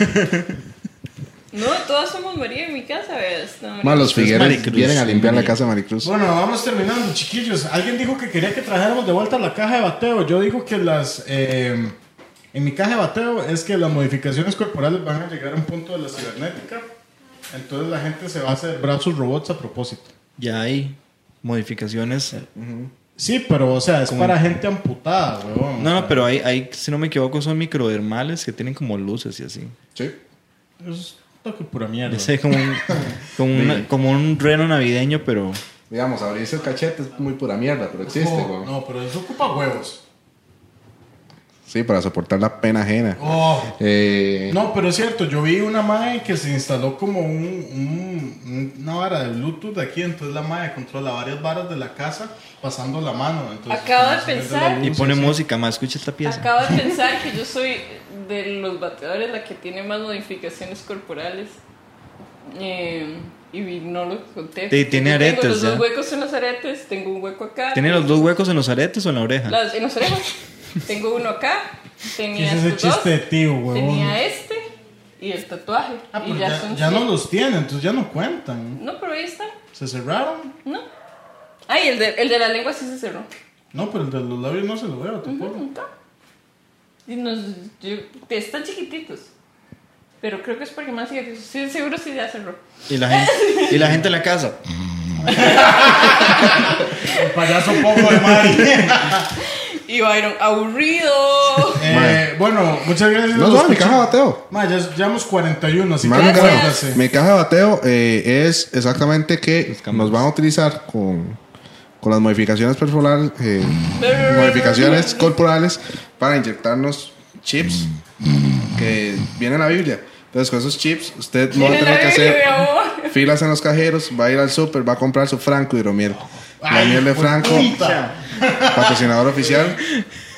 D: No, todas somos María en mi casa, ¿ves? No, María.
B: Más los Figueres
A: Maricruz.
B: vienen a limpiar la casa de Maricruz.
C: Bueno, vamos terminando, chiquillos. Alguien dijo que quería que trajéramos de vuelta la caja de bateo. Yo digo que las. eh, en mi caja de bateo es que las modificaciones corporales van a llegar a un punto de la cibernética. Entonces la gente se va a hacer brazos robots a propósito.
A: Ya hay modificaciones.
C: Sí, pero o sea, es para gente amputada, weón.
A: No, no, pero hay, hay, si no me equivoco, son microdermales que tienen como luces y así.
B: Sí.
C: Eso es toque pura mierda.
A: Ya sé, como un, como, una- como un reno navideño, pero.
B: Digamos, abrirse el cachete es muy pura mierda, pero existe,
C: Oh,
B: weón.
C: no, pero eso ocupa huevos.
B: Sí, para soportar la pena ajena.
C: Oh.
B: Eh,
C: No, pero es cierto, yo vi una mae que se instaló como un, un- una vara de Bluetooth de aquí, entonces la mae controla varias varas de la casa pasando la mano. Entonces,
D: Acabo de
C: se prende
D: pensar.
C: la luz,
A: Y pone
C: así.
A: música, más escucha esta pieza.
D: Acabo de pensar que yo soy de los bateadores la que tiene más modificaciones corporales. Eh, y no lo conté.
A: Sí, tiene
D: Yo
A: aretes,
D: Tengo los
A: ya.
D: dos huecos en los aretes, tengo un hueco acá.
A: ¿Tiene los dos huecos en los aretes o en la oreja?
D: Las- en los orejas. tengo uno acá,
C: ¿Qué
D: tenía
C: es ese
D: estos dos,
C: chiste de tío, huevón?
D: tenía este y el tatuaje.
C: Ah,
D: y
C: pero
D: ya,
C: ya,
D: son
C: ya no
D: cien.
C: los tienen, entonces ya no cuentan.
D: No, pero ahí está.
C: ¿Se cerraron?
D: No. Ay, el de, el de la lengua sí se cerró.
C: No, pero el de los labios no se lo veo tampoco.
D: Y nos, yo- están chiquititos. Pero creo que es porque más cicatrices. Sí, seguro sí ya cerró.
A: Y la gente, y la gente en la casa.
C: El payaso poco de Mari.
D: Y Byron, aburrido.
C: Eh, bueno, muchas gracias.
B: No,
C: a los
B: no, mi
C: que-
B: caja de bateo.
C: Ma, ya llevamos 41, así
B: Ma,
C: que
B: mi,
D: Gracias.
B: caja,
C: póngase.
B: mi caja de bateo eh, es exactamente que
A: cambios.
B: nos van a utilizar con, con las modificaciones corporales, eh, modificaciones corporales para inyectarnos chips que viene en la Biblia. Entonces, con esos chips, usted no va a
D: Viene
B: tener
D: la
B: que
D: Biblia,
B: hacer
D: mi amor.
B: filas en los cajeros, va a ir al super, va a comprar su Franco hidromiel. La
C: Ay,
B: miel de
C: hijo
B: Franco,
C: puta.
B: patrocinador oficial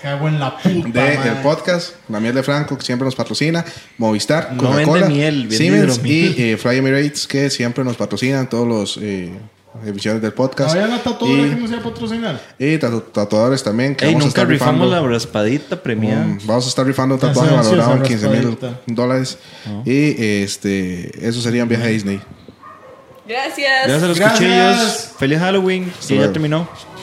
C: Cago en la puta.
B: de
C: ma.
B: el podcast, la miel de Franco, que siempre nos patrocina, Movistar,
A: No
B: Coca-Cola,
A: vende miel, vende
B: Siemens
A: hidromiel.
B: y eh, Fly Emirates, que siempre nos patrocinan todos los eh, emisiones del podcast.
C: Todavía no tatuadora que
B: y,
C: no sea patrocinar.
B: y tatu- tatuadores también, que
A: Ey,
B: vamos a
A: nunca
B: estar
A: rifamos
B: rifando.
A: la raspadita premiada.
B: Mm, Vamos a estar rifando un tatuaje
C: Ya se venció
B: valorado en
C: esa
B: 15 mil
C: raspadita.
B: dólares.
A: Ah.
B: Y este, eso sería un viaje a Disney.
D: Gracias.
A: Gracias a los
C: Gracias.
A: cuchillos. Feliz Halloween. Y ya
B: luego.
A: terminó.